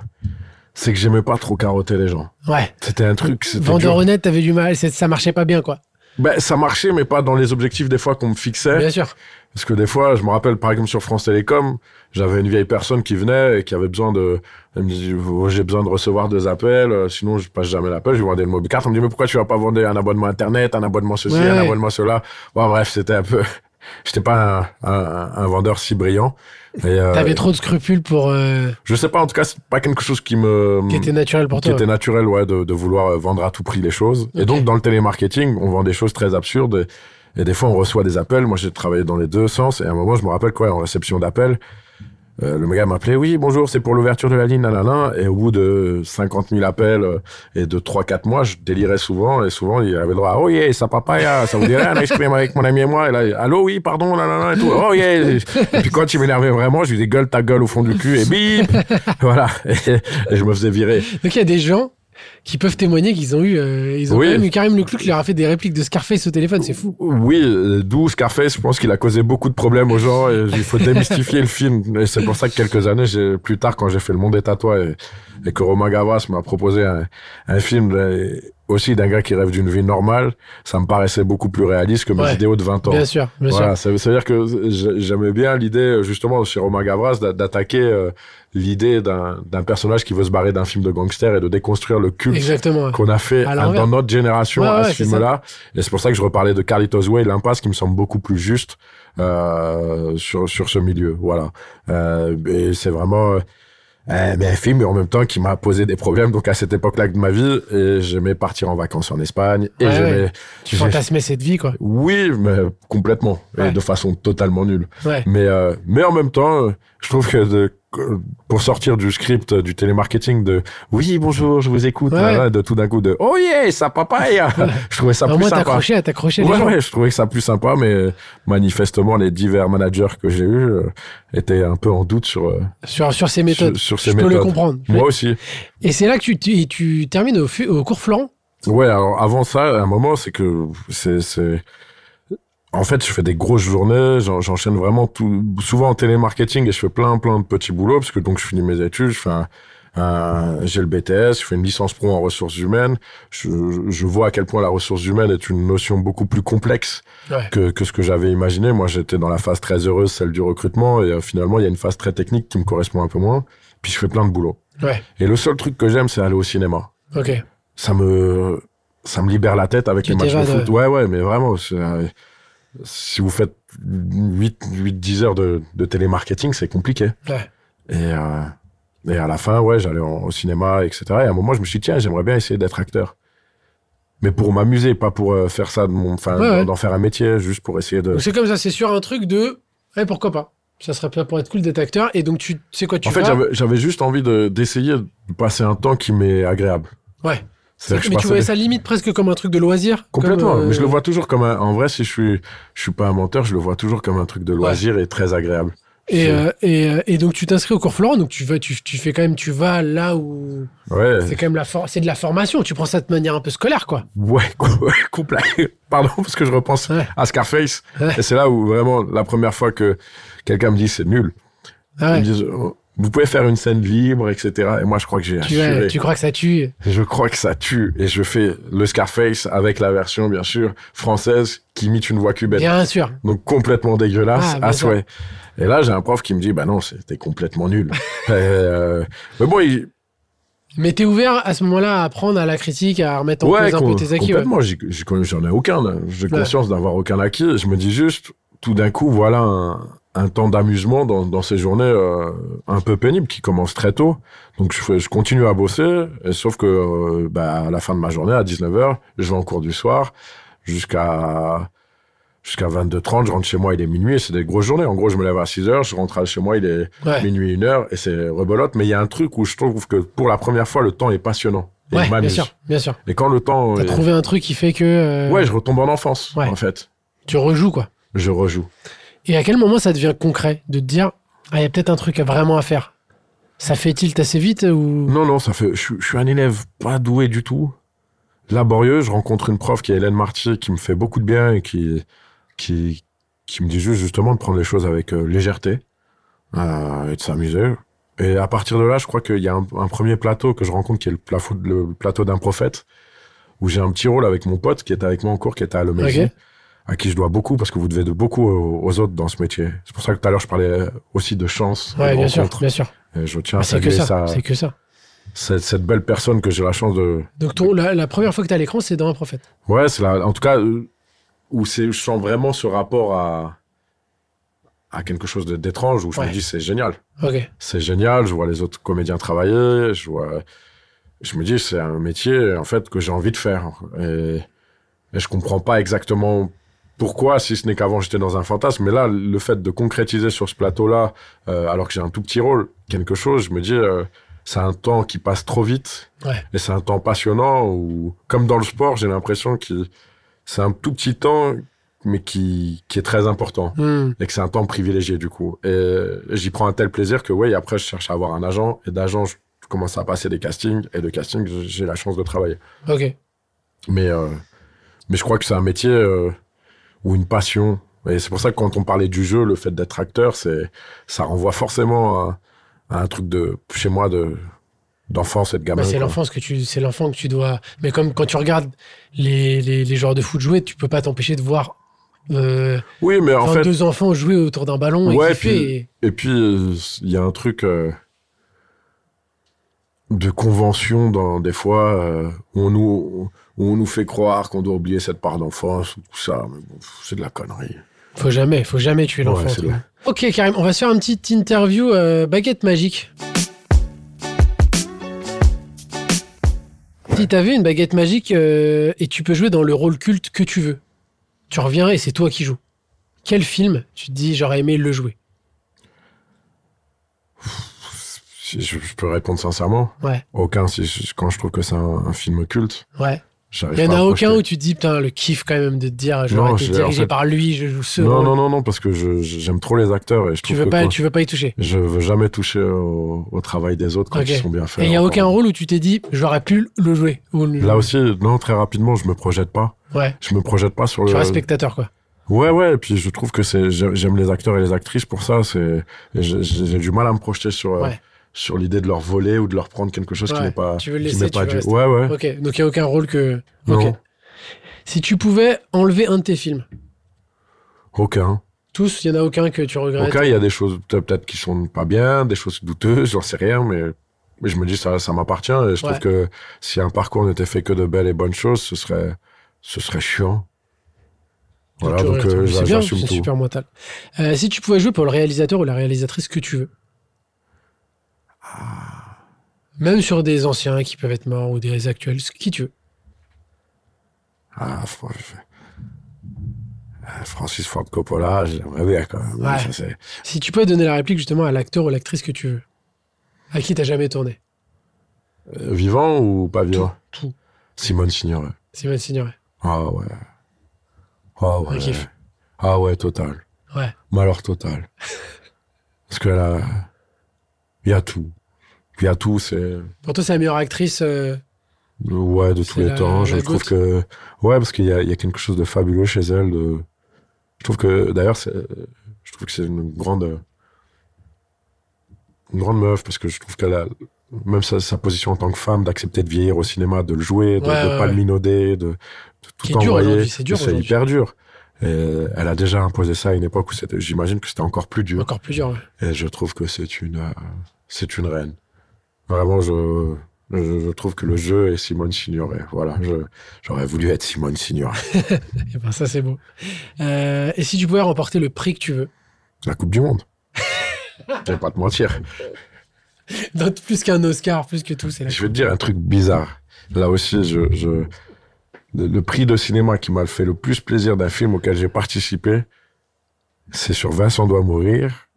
c'est que j'aimais pas trop carotter les gens. Ouais. C'était un truc. c'était Vendeur dur. honnête, t'avais du mal, c'est- ça marchait pas bien, quoi. Ben, ça marchait, mais pas dans les objectifs des fois qu'on me fixait. Bien sûr. Parce que des fois, je me rappelle, par exemple, sur France Télécom, j'avais une vieille personne qui venait et qui avait besoin de. Elle me dit Oh, J'ai besoin de recevoir deux appels, euh, sinon je passe jamais l'appel, je vais vendre une mobile carte. On me dit Mais pourquoi tu vas pas vendre un abonnement Internet, un abonnement ceci, Ouais, un ouais. abonnement cela Ouais, bref, c'était un peu. J'étais pas un, un- un vendeur si brillant. Et, euh, T'avais trop de scrupules pour. euh, Je sais pas, en tout cas, c'est pas quelque chose qui me. qui était naturel pour Mm. qui toi. était naturel, ouais, de, de vouloir euh, vendre à tout prix les choses. Ok. Et donc, dans le télémarketing, on vend des choses très absurdes. Et, et des fois, on reçoit des appels. Moi, j'ai travaillé dans les deux sens. Et à un moment, je me rappelle, quoi, en réception d'appels, euh, le gars m'appelait, oui, bonjour, c'est pour l'ouverture de la ligne, nanana. Et au bout de 50 000 appels euh, et de 3-4 mois, je délirais souvent. Et souvent, il avait le droit, à, oh yeah, ça papaya, ça vous dirait un ice cream avec mon ami et moi. Et là, allô, oui, pardon, nanana, et tout. Oh yeah. Et puis quand il m'énervait vraiment, je lui disais, gueule ta gueule au fond du cul et bip. voilà. et je me faisais virer. Donc il y a des gens qui peuvent témoigner qu'ils ont eu. euh, ils ont Oui. quand même eu Karim Leclou qui leur a fait des répliques de Scarface au téléphone, c'est fou. Oui, euh, d'où Scarface, je pense qu'il a causé beaucoup de problèmes aux gens et il faut démystifier le film. Et c'est pour ça que quelques années j'ai- plus tard, quand j'ai fait Le Monde est à toi et, et que Romain Gavras m'a proposé un, un film euh, aussi d'un gars qui rêve d'une vie normale, ça me paraissait beaucoup plus réaliste que mes Ouais. vidéos vidéos de 20 ans. Bien sûr, bien Voilà, sûr. ça veut ça veut dire que j'a- j'aimais bien l'idée, euh, justement, chez Romain Gavras, d'a- d'attaquer euh, l'idée d'un d'un personnage qui veut se barrer d'un film de gangster et de déconstruire le culte Exactement. ouais. qu'on a fait À à- l'envers. dans notre génération Ouais, à ouais, ce c'est film-là. Et c'est pour ça que je reparlais de Carlitos Way, l'impasse qui me semble beaucoup plus juste euh, sur, sur ce milieu. Voilà. Euh, et c'est vraiment euh, euh, mais un film, mais en même temps, qui m'a posé des problèmes. Donc à cette époque-là de ma vie, et j'aimais partir en vacances en Espagne. Et Ouais, j'aimais... Tu j'ai- fantasmais cette vie, quoi. Oui, mais complètement. Ouais. Et de façon totalement nulle. Ouais. Mais, euh, mais en même temps, euh, je trouve que de, que pour sortir du script euh, du télémarketing de oui, bonjour, je vous écoute, Ouais. nanana, de tout d'un coup de oh yeah, ça papaye, je trouvais ça Au plus moins, sympa. t'accrochais à t'accrocher les Ouais, gens. ouais, je trouvais ça plus sympa, mais euh, manifestement, les divers managers que j'ai eus euh, étaient un peu en doute sur, euh, Sur, sur ces sur, méthodes. sur Je ces peux le méthodes. comprendre. Moi aussi. Et c'est là que tu, tu, tu termines au, fu- au cours Florent. Ouais, alors avant ça, à un moment, c'est que c'est, c'est... En fait, je fais des grosses journées, j'en- j'enchaîne vraiment tout, souvent en télémarketing et je fais plein, plein de petits boulots parce que donc je finis mes études, je fais un, un- j'ai le BTS, je fais une licence pro en ressources humaines. Je, je vois à quel point la ressource humaine est une notion beaucoup plus complexe Ouais. que, que ce que j'avais imaginé. Moi, j'étais dans la phase très heureuse, celle du recrutement, et euh, finalement, il y a une phase très technique qui me correspond un peu moins. Puis je fais plein de boulots. Ouais. Et le seul truc que j'aime, c'est aller au cinéma Ok. ça me ça me libère la tête avec Tu les matchs de t'évades, foot. Ouais, ouais, mais vraiment, c'est, euh, si vous faites 8, 8 10 heures de, de télémarketing, c'est compliqué. Ouais. Et, euh, et à la fin, ouais, j'allais en- au cinéma, etc. Et à un moment, je me suis dit, tiens, j'aimerais bien essayer d'être acteur. Mais pour m'amuser, pas pour euh, faire ça, de mon, enfin, Ouais, ouais. d'en faire un métier, juste pour essayer de. Donc c'est comme ça, c'est sur un truc de. Ouais, pourquoi pas Ça serait pas pour être cool d'être acteur. Et donc tu tu sais quoi tu En fait, vas- j'avais- j'avais juste envie de- d'essayer de, passer un temps qui m'est agréable. Ouais. C'est-à-dire que je Mais tu passais voyais des- ça limite presque comme un truc de loisir. Complètement, comme, euh, mais je le vois toujours comme un. En vrai, si je suis, je suis pas un menteur, je le vois toujours comme un truc de loisir et très agréable. Et, euh, et, euh, et donc tu t'inscris au cours Florent, donc tu vas, tu, tu fais quand même, tu vas là où Ouais, c'est quand même la for- c'est de la formation. Tu prends ça de manière un peu scolaire, quoi. ouais, complet. Pardon, parce que je repense Ouais. à Scarface. Ouais. Et c'est là où vraiment la première fois que quelqu'un me dit c'est nul, Ah ouais. ils me disent oh, vous pouvez faire une scène libre, etc. Et moi, je crois que j'ai Tu, assuré. ouais, tu crois que ça tue Je crois que ça tue et je fais le Scarface avec la version bien sûr française qui imite une voix cubaine. Bien sûr. Donc complètement dégueulasse, Ah, bien à sûr. souhait. Et là, j'ai un prof qui me dit, bah non, c'était complètement nul. Et, euh, mais bon, il, Mais t'es ouvert à ce moment-là à apprendre à la critique, à remettre en ouais, cause un com- peu tes acquis. ouais. complètement, j'y- j'y connais- j'en ai aucun. là. J'ai Ouais. conscience d'avoir aucun acquis. Je me dis juste, tout d'un coup, voilà un, un temps d'amusement dans, dans ces journées euh, un peu pénibles qui commencent très tôt. Donc, je, fais- je continue à bosser, et sauf que euh, bah, à la fin de ma journée, à 19h, je vais en cours du soir jusqu'à jusqu'à 22h30. Je rentre chez moi, il est minuit, et c'est des grosses journées. En gros, je me lève à 6h, je rentre à- chez moi, il est Ouais. minuit, une heure, et c'est rebelote. Mais il y a un truc où je trouve que pour la première fois, le temps est passionnant. Et Ouais, il bien m'amuse. sûr, bien sûr. Et quand le temps. T'as est- trouvé un truc qui fait que euh, Ouais, je retombe en enfance, Ouais. en fait. tu rejoues, quoi. Je rejoue. Et à quel moment ça devient concret de te dire ah il y a peut-être un truc à vraiment à faire. Ça fait tilt assez vite ou Non, non, ça fait. Je, suis- je suis un élève pas doué du tout. Laborieux, je rencontre une prof qui est Hélène Marty, qui me fait beaucoup de bien et qui, qui, qui me dit juste justement de prendre les choses avec euh, légèreté euh, et de s'amuser. Et à partir de là, je crois qu'il y a un, un premier plateau que je rencontre qui est le, plafou- le plateau d'un prophète, où j'ai un petit rôle avec mon pote qui était avec moi en cours, qui était à l'Omésie. Ok. à qui je dois beaucoup parce que vous devez de beaucoup aux aux autres dans ce métier. C'est pour ça que tout à l'heure je parlais aussi de chance, Ouais, de bien sûr, rencontre. bien sûr. Et je tiens à Ah, c'est que saluer ça, ça, c'est que ça. cette, cette belle personne que j'ai la chance de. Donc ton, la, la première fois que t'es à l'écran, c'est dans un prophète. Ouais, c'est la- en tout cas euh, où c'est, je sens vraiment ce rapport à à quelque chose de- d'étrange où je Ouais. me dis c'est génial, Ok. c'est génial. Je vois les autres comédiens travailler, je vois, je me dis c'est un métier en fait que j'ai envie de faire et, et je comprends pas exactement. Pourquoi, si ce n'est qu'avant j'étais dans un fantasme, mais là, le fait de concrétiser sur ce plateau-là, euh, alors que j'ai un tout petit rôle, quelque chose, je me dis, euh, c'est un temps qui passe trop vite, Ouais. et c'est un temps passionnant où, comme dans le sport, j'ai l'impression que c'est un tout petit temps, mais qui, qui est très important. Hmm. Et que c'est un temps privilégié, du coup. Et j'y prends un tel plaisir que, oui, après, je cherche à avoir un agent. Et d'agent, je commence à passer des castings. Et de casting, j'ai la chance de travailler. Ah Ok. Bah, Mais, euh, mais je crois que c'est un métier euh, ou une passion. Et c'est pour ça que quand on parlait du jeu, le fait d'être acteur, c'est, ça renvoie forcément à, à un truc de, chez moi, de, d'enfance et de gamin. Bah, c'est quoi. l'enfance que tu, c'est l'enfant que tu dois. Mais comme quand tu regardes les, les, les joueurs de foot jouer, tu peux pas t'empêcher de voir euh, Oui, mais en enfin, fait. deux enfants jouer autour d'un ballon et Ouais, kiffer. puis- et- Et puis, euh, il y a un truc euh, de convention, dans, des fois, euh, où, on nous, où on nous fait croire qu'on doit oublier cette part d'enfance ou tout ça. Mais bon, pff, c'est de la connerie. Faut jamais, faut jamais tuer l'enfant. Ouais, c'est toi. vrai. ok, Karim, on va se faire une petite interview euh, baguette magique. Si t'avais une baguette magique euh, et tu peux jouer dans le rôle culte que tu veux, tu reviens et c'est toi qui joues. Quel film tu te dis j'aurais aimé le jouer Si je, je peux répondre sincèrement. Ouais. Aucun, si je- quand je trouve que c'est un, un film culte, Ouais. j'arrive Il y en pas a à aucun projeter. où tu te dis putain le kiff quand même de te dire j'aurais Non, été je- en dirigé fait- par lui, je joue ce Non, rôle. non, non, non, parce que je- je- j'aime trop les acteurs et je tu trouve veux que pas, quand- tu veux pas y toucher. je veux jamais toucher au, au travail des autres quand Ok. ils sont bien faits. Et il y a encore. aucun rôle où tu t'es dit j'aurais pu le jouer. ou le- Là aussi, non, très rapidement, je me projette pas. Ouais. Je me projette pas sur Tu le. restes spectateur quoi. Ouais, ouais, et puis je trouve que c'est, j'ai- j'aime les acteurs et les actrices pour ça, c'est, j'ai j'ai du mal à me projeter sur, euh, Ouais. sur l'idée de leur voler ou de leur prendre quelque chose qui Ouais, n'est pas, tu veux le qui laisser, m'est pas tu veux rester. Ouais, ouais. Ok, donc il n'y a aucun rôle que. Ok. Non. Si tu pouvais enlever un de tes films, Aucun. tous, il n'y en a aucun que tu regrettes. Aucun, il y a des choses peut- peut-être qui sont pas bien, des choses douteuses, j'en sais rien, mais, mais je me dis ça, ça m'appartient et je Ouais. trouve que si un parcours n'était fait que de belles et bonnes choses, ce serait, ce serait chiant. Donc, Voilà, tu donc, regrettes. euh, c'est j'a- bien, j'assume c'est tout. super mental. Euh, si tu pouvais jouer pour le réalisateur ou la réalisatrice que tu veux. Ah. Même sur des anciens qui peuvent être morts ou des actuels, ce- qui tu veux. Ah, Fran- Ah, Francis Ford Coppola, j'aimerais bien quand même. Ouais. Ça, c'est- Si tu pouvais donner la réplique justement à l'acteur ou l'actrice que tu veux, à qui t'as jamais tourné, Euh, Vivant ou pas vivant tout. Simone Signoret. Simone Signoret. Ah ouais. Ah ouais. Un kiff. Ah ouais, total. Ouais. Mais alors total. Parce que là, il y a tout. Il y a tout, c'est... Pour toi, c'est la meilleure actrice. euh, Ouais, de C'est tous les la- temps. Je la trouve goutte. que... Ouais, parce qu'il y a, il y a quelque chose de fabuleux chez elle. de- Je trouve que, d'ailleurs, c'est- je trouve que c'est une grande... Une grande meuf, parce que je trouve qu'elle a... Même sa, sa position en tant que femme, d'accepter de vieillir au cinéma, de le jouer, de ne Ouais, ouais, pas ouais. le minauder, de, de Qui est tout dur envoyer. aujourd'hui, c'est dur C'est aujourd'hui. hyper dur. Et elle a déjà imposé ça à une époque où c'était, j'imagine que c'était encore plus dur. Encore plus dur. ouais. Et je trouve que c'est une, euh, c'est une reine. Vraiment, je, je, je trouve que le jeu est Simone Signoret. Voilà, je- j'aurais voulu être Simone Signoret. Eh ben, ça, c'est beau. Euh, et si tu pouvais remporter le prix que tu veux, La Coupe du Monde. Je vais pas te mentir. Dans- plus qu'un Oscar, plus que tout, c'est la Je vais te dire un truc bizarre. Là aussi, je, je- le, le prix de cinéma qui m'a fait le plus plaisir d'un film auquel j'ai participé, c'est sur Vincent doit mourir,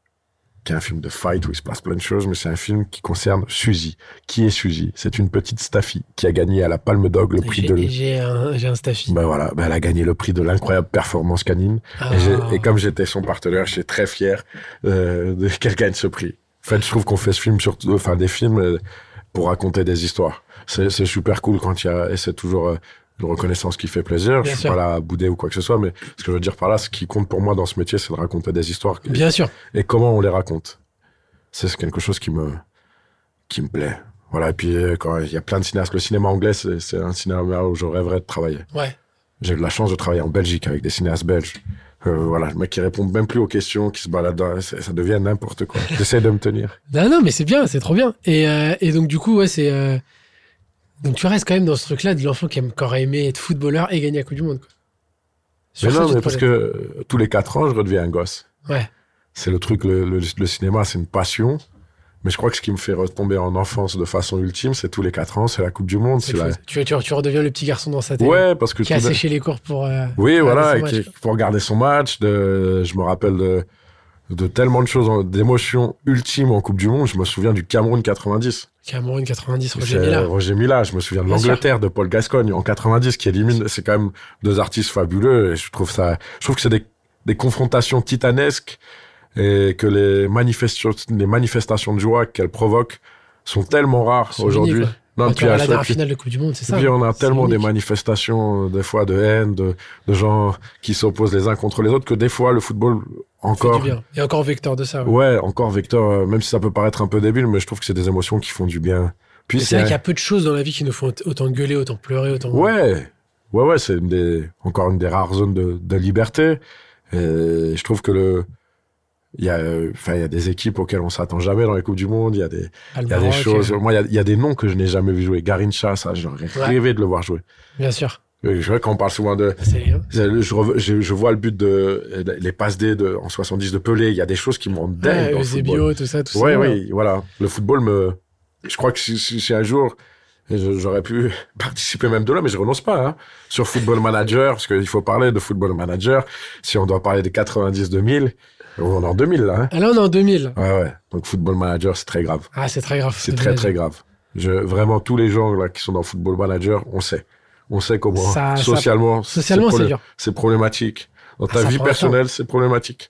qui est un film de fight où il se passe plein de choses, mais c'est un film qui concerne Suzy. Qui est Suzy C'est une petite staffie qui a gagné à la Palme d'Og le prix J'ai- de. l- J'ai un, j'ai un staffy. Ben voilà, ben elle a gagné le prix de l'incroyable performance canine. Ah. Et, j'ai- et comme j'étais son partenaire, j'étais très fier euh, de qu'elle gagne ce prix. En fait, je trouve qu'on fait ce film sur, enfin, des films euh, pour raconter des histoires. C'est c'est super cool quand il y a, et c'est toujours euh, une reconnaissance qui fait Bien plaisir. je suis sûr. pas là à bouder ou quoi que ce soit, mais ce que je veux dire par là, ce qui compte pour moi dans ce métier, c'est de raconter des histoires et, Bien sûr. et comment on les raconte. C'est quelque chose qui me, qui me plaît. Voilà. Et puis, euh, quand il y a plein de cinéastes, le cinéma anglais, c'est c'est un cinéma où je rêverais de travailler. Ouais. J'ai eu de la chance de travailler en Belgique avec des cinéastes belges. Euh, voilà, le mec qui répond même plus aux questions, qui se balade, dans- ça ça devient n'importe quoi. J'essaie de me tenir. Non, Ah non, mais c'est bien, c'est trop bien. Et, euh, et donc, du coup, ouais, c'est. euh, Donc, tu restes quand même dans ce truc-là de l'enfant qui, aime- qui aurait aimé être footballeur et gagner la Coupe du Monde. Quoi. Sur mais ça, non, tu te mais parce que projettes. euh, tous les quatre ans, je redeviens un gosse. Ouais. C'est le truc, le, le- le cinéma, c'est une passion. Mais je crois que ce qui me fait retomber en enfance de façon ultime, c'est tous les quatre ans, c'est la Coupe du Monde. C'est c'est la- chouette. tu, tu, tu redeviens le petit garçon dans sa tête. Ouais, parce que Qui tout a d'un- séché les cours pour. euh, Oui, voilà, son et match, qui- pour regarder son match, de, je me rappelle de, de tellement de choses, en- d'émotions ultimes en Coupe du Monde. Je me souviens du Cameroun 90. Cameroun 90, Roger C'est Mila. Roger Mila, je me souviens de Bien l'Angleterre, de Paul Gascogne en 90 qui élimine. C'est quand même deux artistes fabuleux et je trouve ça. Je trouve que c'est des, des confrontations titanesques et que les, manifestations les manifestations de joie qu'elles provoquent sont tellement rares Sont aujourd'hui. uniques, ouais. Non, Quand puis tu à auras la chaque- dernière finale de Coupe du Monde, c'est et ça hein. puis on a C'est tellement des unique. manifestations des fois de haine, de, de gens qui s'opposent les uns contre les autres que des fois le football Ça fait du encore bien. Et encore vecteur de ça. ouais. Ouais, encore Victor, euh, même si ça peut paraître un peu débile, mais je trouve que c'est des émotions qui font du bien. Puis C'est vrai qu'il y a peu de choses dans la vie qui nous font autant gueuler, autant pleurer, autant. Ouais, ouais, ouais, c'est une des- encore une des rares zones de, de liberté. Et je trouve que le, il y a, euh, enfin, il y a des équipes auxquelles on s'attend jamais dans les coupes du monde. Il y a des, Ah, le il y a des Maroc, choses. euh, Moi, il y a- il y, a des noms que je n'ai jamais vu jouer. Garincha, ça, j'aurais Ouais. rêvé de le voir jouer. Bien sûr. Euh, Je vois qu'on parle souvent de. C'est- hein. Je, rev- je- je vois le but de les passes D de, en 70 de Pelé. Il y a des choses qui me rendent dingue. Ouais, dans le football. Eusebio, tout ça, tout Ouais, ça. oui, voilà. Le football me. Je crois que si, si- si un jour je- j'aurais pu participer même de là, mais je renonce pas. hein. Sur Football Manager, parce qu'il faut parler de Football Manager. Si on doit parler des 90 2000, on est en 2000 là. hein. Ah, là, on est en 2000. Ouais, ouais. Donc Football Manager, c'est très grave. Ah, c'est très grave. C'est très très grave. Je, vraiment, tous les gens là qui sont dans Football Manager, on sait. On sait comment Ça- ça- socialement. Socialement, c'est problé- dur. c'est problématique. Dans Ah, ta ça vie prend un personnelle, c'est problématique.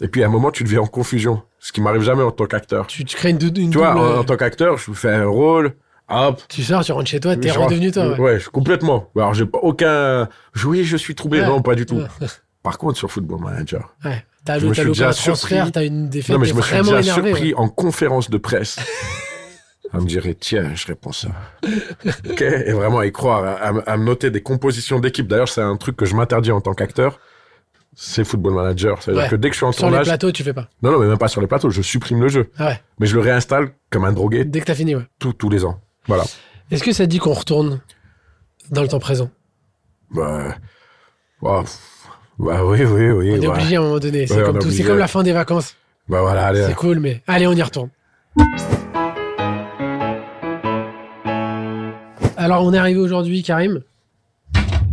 Et puis à un moment, tu deviens en confusion, ce qui m'arrive jamais en tant qu'acteur. Tu, tu crées une, dou- une Tu vois, double- euh, en, en tant qu'acteur, je fais un rôle, hop. Tu sors, tu rentres chez toi, t'es je- redevenu toi. ouais. je- complètement. Alors, j'ai pas aucun. je- Oui, je suis troublé. Ouais. Non, pas du tout. Ouais. Par contre, sur Football Manager. Ouais. T'as Je le me suis t'as le déjà cas de transfert, surpris. t'as une défaite. non, mais t'es je me suis vraiment déjà énervé, surpris ouais. en conférence de presse. à me dire, tiens, je réponds ça. Ok, Et vraiment à y croire, à, à me- à me noter des compositions d'équipe. D'ailleurs, c'est un truc que je m'interdis en tant qu'acteur. C'est Football Manager. C'est-à-dire Ouais. que dès que je suis en Sur les tournage. plateaux, tu fais pas. Non, non, mais même pas sur les plateaux. Je supprime le jeu. Ah ouais. Mais je le réinstalle comme un drogué Dès que t'as fini, ouais. tout- tous les ans. Voilà. Est-ce que ça te dit qu'on retourne dans le temps présent Bah, wow. bah oui, oui, oui. On est ouais. obligé à un moment donné. C'est Ouais, comme on est tout. C'est obligé. comme la fin des vacances. Bah voilà, allez. C'est cool, mais allez, on y retourne. Alors, on est arrivé aujourd'hui, Karim.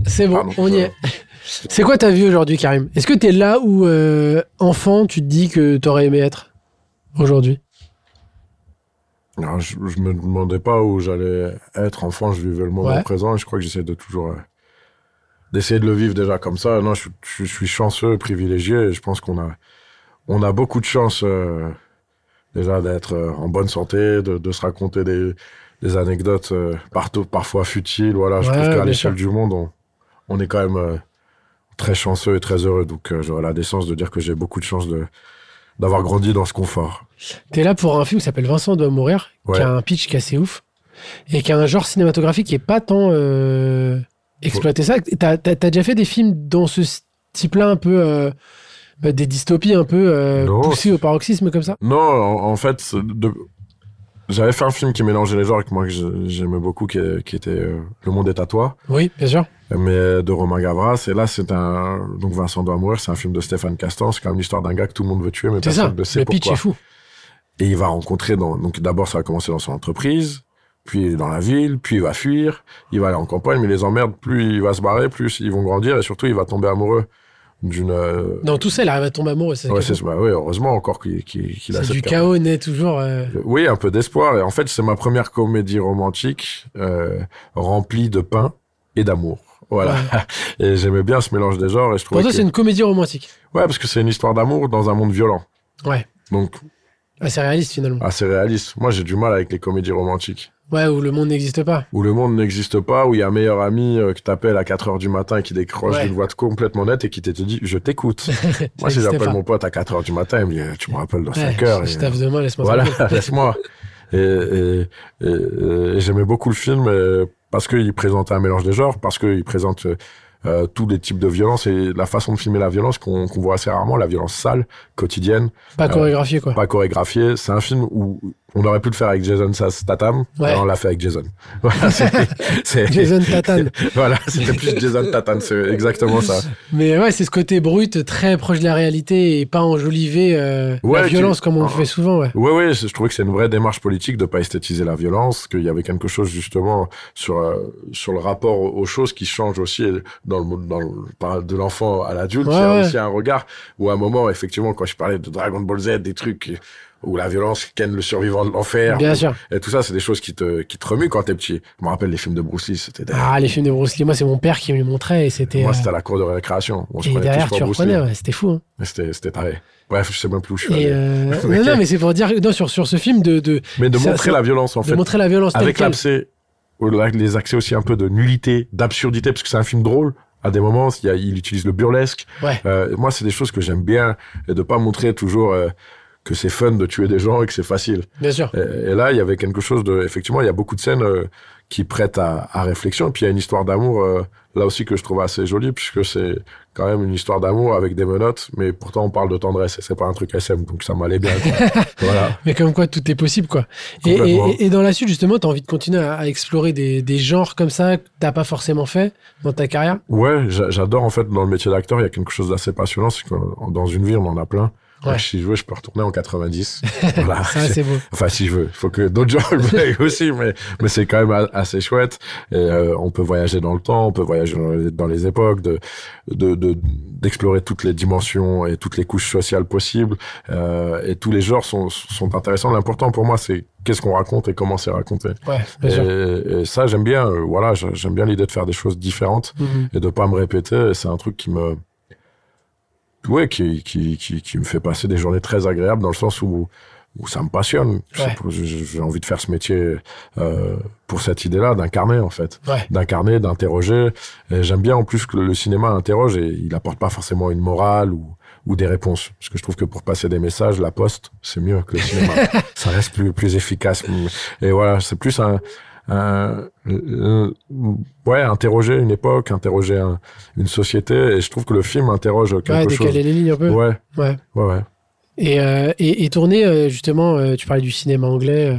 C'est bon, Pardon, on y euh, est. C'est quoi ta vie aujourd'hui, Karim Est-ce que t'es là où, euh, enfant, tu te dis que t'aurais aimé être aujourd'hui Alors, je, je me demandais pas où j'allais être enfant, je vivais le moment Ouais. présent et je crois que j'essaie de toujours. euh, d'essayer de le vivre déjà comme ça. Non, je, je- je suis chanceux, privilégié et je pense qu'on a, on a beaucoup de chance euh, déjà d'être euh, en bonne santé, de, de se raconter des, des anecdotes euh, partout, parfois futiles. Voilà, je Ouais, trouve bien qu'à l'échelle sûr. du monde, on, on est quand même euh, très chanceux et très heureux. Donc, euh, j'aurais la décence de dire que j'ai beaucoup de chance de, d'avoir grandi dans ce confort. T'es là pour un film qui s'appelle Vincent doit mourir, Ouais. qui a un pitch qui est assez ouf, et qui a un genre cinématographique qui est pas tant euh, exploité ça. T'as, t'as- t'as déjà fait des films dans ce type-là, un peu euh, bah, des dystopies un peu euh, Non. poussées au paroxysme comme ça Non, en, en fait, c'est de- j'avais fait un film qui mélangeait les genres et que moi que je- j'aimais beaucoup, qui, qui était euh, Le Monde est à toi, Oui, bien sûr. mais de Romain Gavras. Et là, c'est un. Donc, Vincent doit mourir, c'est un film de Stéphane Castan. C'est quand même l'histoire d'un gars que tout le monde veut tuer, mais C'est personne ça. ne sait Le pitch pourquoi. est fou. Et il va rencontrer dans, donc d'abord ça va commencer dans son entreprise, puis il est dans la ville, puis il va fuir, il va aller en campagne, mais les emmerdes, plus il va se barrer, plus ils vont grandir et surtout il va tomber amoureux d'une. euh, Dans tout ça, il arrive à tomber amoureux. C'est ça ouais, qui est c'est- bah ouais, heureusement encore qu'il qu'il- fou. qu'il a C'est cette du carte. chaos naît toujours. euh, Oui, un peu d'espoir. Et en fait, c'est ma première comédie romantique euh, remplie de pain et d'amour. Voilà. Et j'aimais bien ce mélange des genres et je Pour trouvais. toi, que- c'est une comédie romantique. Ouais, parce que c'est une histoire d'amour dans un monde violent. Ouais. Donc Assez réaliste finalement. assez réaliste. Moi, j'ai du mal avec les comédies romantiques. Ouais, où le monde n'existe pas. où le monde n'existe pas, où il y a un meilleur ami euh, que t'appelles à 4 heures du matin et qui décroche Ouais. d'une voix de complètement nette et qui te dit je t'écoute. Moi, si n'existait j'appelle pas. mon pote à 4 heures du matin, il me dit Eh, tu me rappelles dans Ouais, 5 heures. Je Et, taffe demain, laisse-moi voilà, tranquille. laisse-moi. Et, et- et- et j'aimais beaucoup le film euh, parce qu'il présente un mélange des genres, parce qu'il présente euh, euh, tous les types de violence et la façon de filmer la violence qu'on qu'on voit assez rarement, la violence sale, quotidienne, Pas Ah Ouais. chorégraphié quoi. pas chorégraphié. C'est un film où on aurait pu le faire avec Jason Statham, Ouais. mais on l'a fait avec Jason. Voilà, c'est- c'est- Jason Tatum. voilà, c'était plus Jason Tatum, c'est exactement ça. Mais ouais, c'est ce côté brut, très proche de la réalité et pas enjolivé euh, Ouais, Ah. la qui- violence comme on le fait souvent. Ouais. Oui, oui, je je trouvais que c'est une vraie démarche politique de pas esthétiser la violence, qu'il y avait quelque chose justement sur euh, sur le rapport au- aux choses qui change aussi et dans le monde- dans le- par- de l'enfant à l'adulte. Ouais, il y a ouais. aussi un regard où à un moment, effectivement, quand je parlais de Dragon Ball Z, des trucs où la violence ken le survivant de l'enfer, Bien sûr. et tout ça, c'est des choses qui te qui te remuent quand t'es petit. Je me rappelle les films de Bruce Lee, c'était derrière. Ah, les films de Bruce Lee, moi c'est mon père qui me les montrait et c'était. Moi, euh, c'était à la cour de récréation. On se et prenait derrière, tous pour tu Bruce Lee. reprenais, ouais, c'était fou. hein. Mais C'était c'était taré. Bref, je sais même plus où je suis Et allé. euh, Mais non, non, quel- mais c'est pour dire non, sur, sur ce film de, de, Mais de ça- montrer ça- la violence, en de fait. montrer la violence telle avec qu'elle. l'accès, ou la- les accès aussi un peu de nullité, d'absurdité, parce que c'est un film drôle. À des moments, il, y a- il utilise le burlesque. Ouais. Euh, moi, c'est des choses que j'aime bien, et de pas montrer toujours euh, que c'est fun de tuer des gens et que c'est facile. Bien sûr. Et, et là, il y avait quelque chose de. Effectivement, il y a beaucoup de scènes euh, qui prêtent à, à réflexion. Et puis, il y a une histoire d'amour, euh, là aussi, que je trouve assez jolie, puisque c'est quand même une histoire d'amour avec des menottes, mais pourtant, on parle de tendresse, et c'est pas un truc SM, donc ça m'allait bien. quoi. voilà. Mais comme quoi, tout est possible, quoi. Et, Complètement. et- et dans la suite, justement, t'as envie de continuer à, à explorer des, des genres comme ça que t'as pas forcément fait dans ta carrière. Ouais, j'a- j'adore en fait dans le métier d'acteur, il y a quelque chose d'assez passionnant, c'est que dans une vie on en a plein. Ouais. Moi, si je veux, je peux retourner en 90. voilà. Ça, c'est beau. Enfin, si je veux, il faut que d'autres gens le veuillent aussi, mais, mais c'est quand même a- assez chouette. Et, euh, on peut voyager dans le temps, on peut voyager dans les, dans les époques, de de- de- d'explorer toutes les dimensions et toutes les couches sociales possibles. Euh, et tous les genres sont, sont intéressants. L'important pour moi, c'est qu'est-ce qu'on raconte et comment c'est raconté. Ouais, Et, bien sûr. et ça, j'aime bien. euh, voilà, j'a- j'aime bien l'idée de faire des choses différentes Mhm. et de pas me répéter. C'est un truc qui me, ouais, qui, qui, qui, qui me fait passer des journées très agréables dans le sens où, où ça me passionne. Je sais Ouais. pas, J'ai j'ai envie de faire ce métier euh, pour cette idée-là, d'incarner en fait, Ouais. d'incarner, d'interroger. Et J'aime bien en plus que le, le cinéma interroge et il apporte pas forcément une morale ou ou des réponses. Parce que je trouve que pour passer des messages, la poste, c'est mieux que le cinéma. ça reste plus, plus efficace. Et voilà, c'est plus un, un- euh, ouais, interroger une époque, interroger un- une société. Et je trouve que le film interroge quelque Ouais, chose. décaler les lignes un peu. Ouais, ouais. ouais, ouais. Et, euh, et, et tourner, euh, justement, euh, tu parlais du cinéma anglais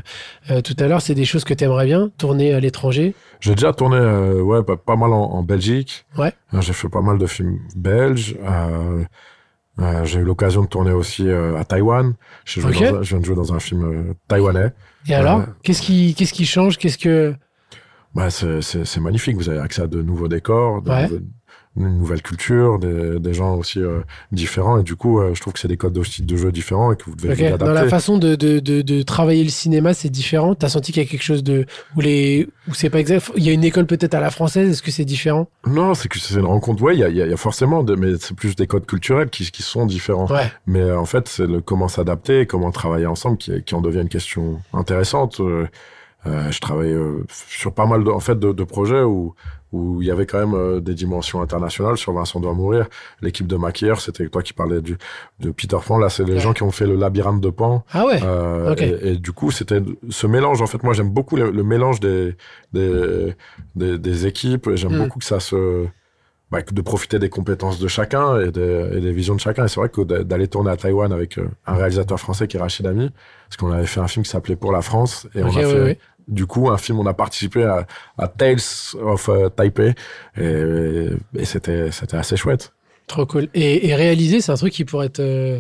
euh, euh, tout à l'heure, c'est des choses que tu aimerais bien, tourner à l'étranger. J'ai déjà tourné, euh, ouais, pas, pas mal en, en Belgique. Ouais. Euh, J'ai fait pas mal de films belges. Euh, euh, j'ai eu l'occasion de tourner aussi euh, à Taïwan. J'ai joué Ok. dans un- je viens de jouer dans un film euh, taïwanais. Et alors, Ouais. qu'est-ce qui, qu'est-ce qui change Qu'est-ce que. Bah, c'est- c'est c'est magnifique. Vous avez accès à de nouveaux décors, de Ouais. nouveaux- une nouvelle culture, des, des gens aussi euh, différents. Et du coup, euh, je trouve que c'est des codes aussi de jeu différents et que vous devez Ok, vous adapter. Dans la façon de, de, de, de travailler le cinéma, c'est différent. T'as senti qu'il y a quelque chose de où les où c'est pas exact. Il y a une école peut-être à la française. Est-ce que c'est différent Non, c'est que c'est une rencontre. Ouais, il y a, il y a- il y a forcément, des- mais c'est plus des codes culturels qui, qui sont différents. Ouais. Mais euh, en fait, c'est le comment s'adapter, et comment travailler ensemble qui, qui en devient une question intéressante. Euh, euh, je travaille euh, sur pas mal de, en fait, de, de projets où, où il y avait quand même euh, des dimensions internationales. Sur Vincent doit mourir, l'équipe de maquilleurs, c'était toi qui parlais du, de Peter Pan. Là, c'est les Ouais. gens qui ont fait le labyrinthe de Pan. Ah ouais. Euh, Ok. et, et du coup, c'était ce mélange. En fait, moi, j'aime beaucoup le, le mélange des, des, des, des équipes. et J'aime Hmm. beaucoup que ça se bah, de profiter des compétences de chacun et, des, et des visions de chacun. Et c'est vrai que d'aller tourner à Taïwan avec euh, un réalisateur français qui est Rachid Ami, parce qu'on avait fait un film qui s'appelait Pour la France, et okay, on a oui, fait oui. du coup un film, on a participé à, à Tales of euh, Taipei, et, et, et c'était assez chouette. Trop cool. Et, réaliser, c'est un truc qui pourrait te,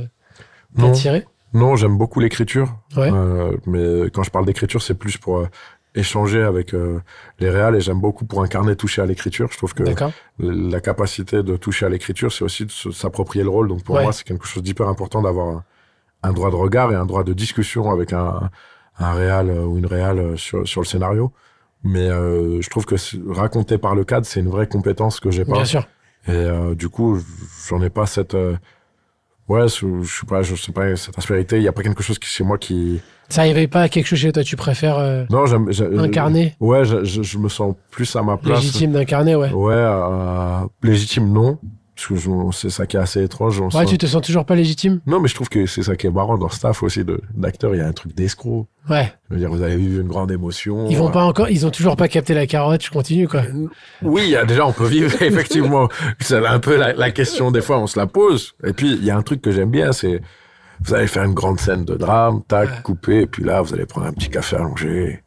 Bah, t'attirer non, j'aime beaucoup l'écriture. Ouais. Euh, mais quand je parle d'écriture, c'est plus pour euh, échanger avec euh, les réals et j'aime beaucoup pour incarner, toucher à l'écriture. Je trouve que la capacité de toucher à l'écriture, c'est aussi de s'approprier le rôle. Donc pour ouais. moi, c'est quelque chose d'hyper important d'avoir un, un, droit de regard et un droit de discussion avec un, un réal euh, ou une réal sur, sur le scénario. Mais euh, je trouve que raconter par le cadre, c'est une vraie compétence que j'ai pas. Bien sûr. Et euh, du coup, j'en ai pas cette euh, ouais, je, je sais pas, je sais pas, cette aspérité, il y a pas quelque chose qui, chez moi qui. Ça arrivait pas à quelque chose chez toi, tu préfères euh, non, j j incarner Ouais, je, je, je, me sens plus à ma place. Légitime d'incarner, ouais. Ouais, euh, légitime, non. Parce que c'est ça qui est assez étrange. ouais, sens... tu te sens toujours pas légitime Non, mais je trouve que c'est ça qui est marrant dans le staff aussi d'acteurs, il y a un truc d'escroc. Ouais. Je veux dire, vous avez vu une grande émotion. euh, Ils vont pas encore, ils ont toujours pas capté la carotte, je continue quoi. Oui, déjà on peut vivre effectivement. C'est un peu la, la, question des fois, on se la pose. Et puis il y a un truc que j'aime bien, c'est vous allez faire une grande scène de drame, tac, ouais. coupé, et puis là vous allez prendre un petit café allongé.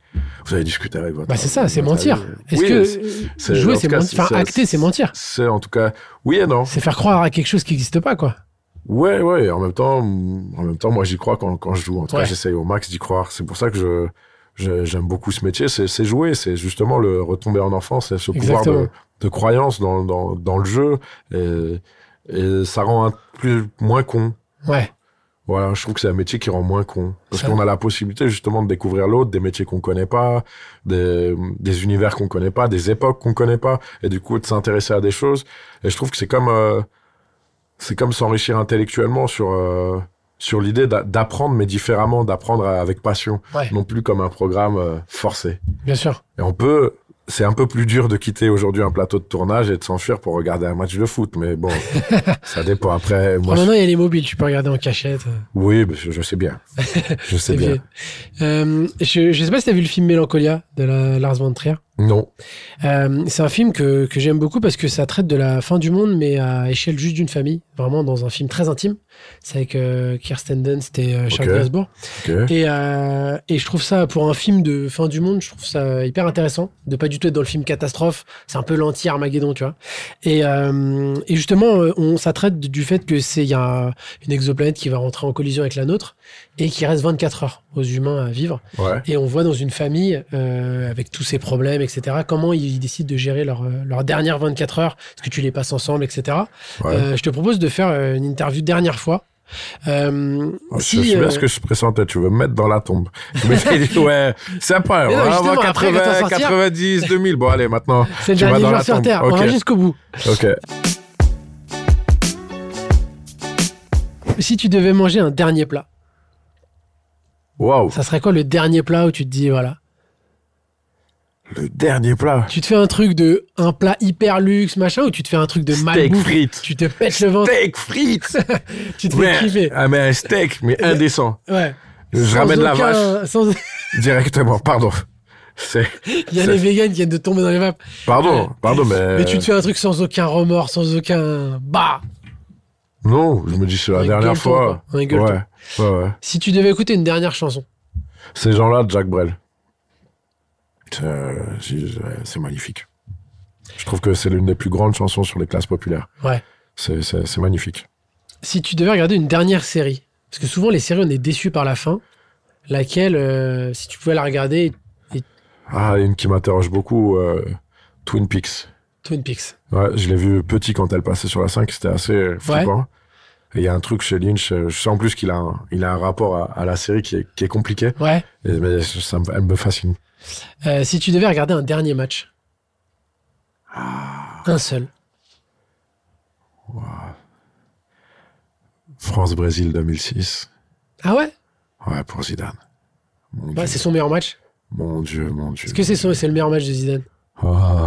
Vous allez discuter avec votre. Bah c'est ça, c'est mentir. Est-ce oui, que est, jouer, c'est mentir. Enfin, acter, c'est mentir. C'est en tout cas, oui et non. C'est faire croire à quelque chose qui n'existe pas, quoi. Ouais, ouais. En même temps, en même temps, moi, j'y crois quand, quand, je joue. En tout ouais. cas, j'essaye au max d'y croire. C'est pour ça que je j'aime beaucoup ce métier. C'est jouer, c'est justement le retomber en enfance, c'est ce Exactement. pouvoir de, de croyance dans, dans, dans, le jeu et, et ça rend un plus moins con. Ouais. Voilà, je trouve que c'est un métier qui rend moins con. Parce qu'on a la possibilité justement de découvrir l'autre, des métiers qu'on connaît pas, des, des univers qu'on connaît pas, des époques qu'on connaît pas, et du coup de s'intéresser à des choses. Et je trouve que c'est comme, euh, c'est comme s'enrichir intellectuellement sur, euh, sur l'idée d'apprendre, mais différemment, d'apprendre avec passion, ouais. non plus comme un programme euh, forcé. Bien sûr. Et on peut, c'est un peu plus dur de quitter aujourd'hui un plateau de tournage et de s'enfuir pour regarder un match de foot, mais bon, ça dépend. Après, moi, maintenant, il y a les mobiles, tu peux regarder en cachette. Oui, ben, je, je sais bien. Je sais bien. Euh, je, je sais pas si tu as vu le film Mélancolia de la, Lars von Trier. Non. Euh, c'est un film que, que j'aime beaucoup parce que ça traite de la fin du monde, mais à échelle juste d'une famille, vraiment dans un film très intime. C'est avec euh, Kirsten Dunst et euh, Charles okay. Gainsbourg. Okay. euh, Et, et, je trouve ça, pour un film de fin du monde, je trouve ça hyper intéressant de pas du tout être dans le film catastrophe. C'est un peu l'anti-Armageddon, tu vois. Et, euh, et, justement, on, ça traite du fait que c'est il y a une exoplanète qui va rentrer en collision avec la nôtre et qui reste 24 heures aux humains à vivre. Ouais. Et on voit dans une famille, euh, avec tous ces problèmes, etc. Comment ils décident de gérer leurs leur dernières 24 heures, est-ce que tu les passes ensemble, etc. Ouais. Euh, je te propose de faire une interview dernière fois. Euh, oh, si, je sais bien euh... ce que je pressentais, tu veux me mettre dans la tombe. Mais ouais, sympa, on va avoir 80, après, sortir... 90, 2000. Bon, allez, maintenant. C'est le dernier jour sur Terre, okay. on va jusqu'au bout. Ok. Si tu devais manger un dernier plat, waouh! Ça serait quoi le dernier plat où tu te dis, voilà, le dernier plat. Tu te fais un truc de un plat hyper luxe machin ou tu te fais un truc de steak malbouffe, frites. Tu te pètes le ventre. Steak frites. tu te fais kiffer. Ah mais un steak mais indécent. Ouais. Je sans ramène aucun, la vache. Sans... directement. Pardon. C'est. Il y a les végans qui viennent de tomber dans les vapes. Pardon. Pardon mais. Mais tu te fais un truc sans aucun remords, sans aucun bah. Non, je me dis c'est la un dernière fois. Quoi. Un ouais. ouais, ouais. Si tu devais écouter une dernière chanson. Ces gens-là, Jack Brel. Euh, c'est magnifique. Je trouve que c'est l'une des plus grandes chansons sur les classes populaires. Ouais. C'est magnifique. Si tu devais regarder une dernière série, parce que souvent les séries on est déçu par la fin, laquelle, euh, si tu pouvais la regarder. Et... Ah, une qui m'interroge beaucoup euh, Twin Peaks. Twin Peaks. Ouais, je l'ai vu petit quand elle passait sur la 5, c'était assez flippant. Ouais. Et il y a un truc chez Lynch, euh, je sais en plus qu'il a, un, il a un rapport à, à la série qui est, qui est compliqué. Ouais. Et, mais ça, elle me fascine. Euh, si tu devais regarder un dernier match, ah. un seul. Wow. France-Brésil 2006. Ah ouais Ouais, pour Zidane. Bah, c'est son meilleur match Mon Dieu, mon Dieu. Est-ce que c'est, son, c'est le meilleur match de Zidane Ah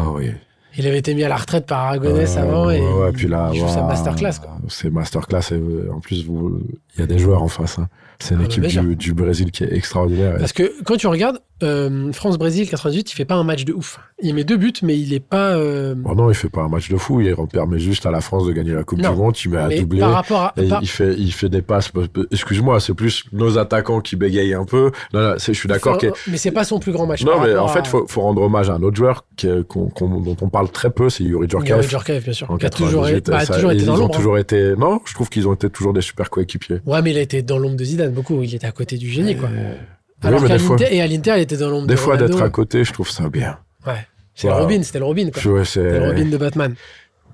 oh, oui. Il avait été mis à la retraite par Aragonès euh, avant et ouais, puis là, il joue ouais, sa masterclass. Quoi. C'est masterclass et euh, en plus, il y a des joueurs en face. Hein. C'est une ah, équipe du, du, Brésil qui est extraordinaire. Parce que quand tu regardes, euh, France-Brésil 98, il fait pas un match de ouf. Il met deux buts, mais il est pas. euh, Bon, Oh non, il fait pas un match de fou. Il permet juste à la France de gagner la Coupe Non, du Monde. Il met à mais doubler. par rapport à. bah, Et par- il, fait, il fait des passes. Excuse-moi, c'est plus nos attaquants qui bégayent un peu. Non, non, c'est- je suis d'accord. faut- qu'il y ait- euh, Mais c'est pas son plus grand match. Non, par mais en rapport fait, à- faut, faut rendre hommage à un autre joueur qui est- qu'on- qu'on- dont on parle très peu, c'est Yuri Gareth Djorkaeff. Djorkaeff, bien sûr. En qui a toujours, 98, bah, a ça- toujours été ils dans ont l'ombre. hein. toujours été. Non, je trouve qu'ils ont été toujours des super coéquipiers. Ouais, mais il a été dans l'ombre de Zidane beaucoup. Il était à côté du génie, quoi. Euh, Alors oui, mais qu'à des fois, l'Inter- et à l'Inter, il était dans l'ombre de des fois Ronaldo. d'être à côté, je trouve ça bien. Ouais. C'est Voilà. le Robin, c'était le Robin, quoi. Je- ouais, c'est- C'était le Robin de Batman.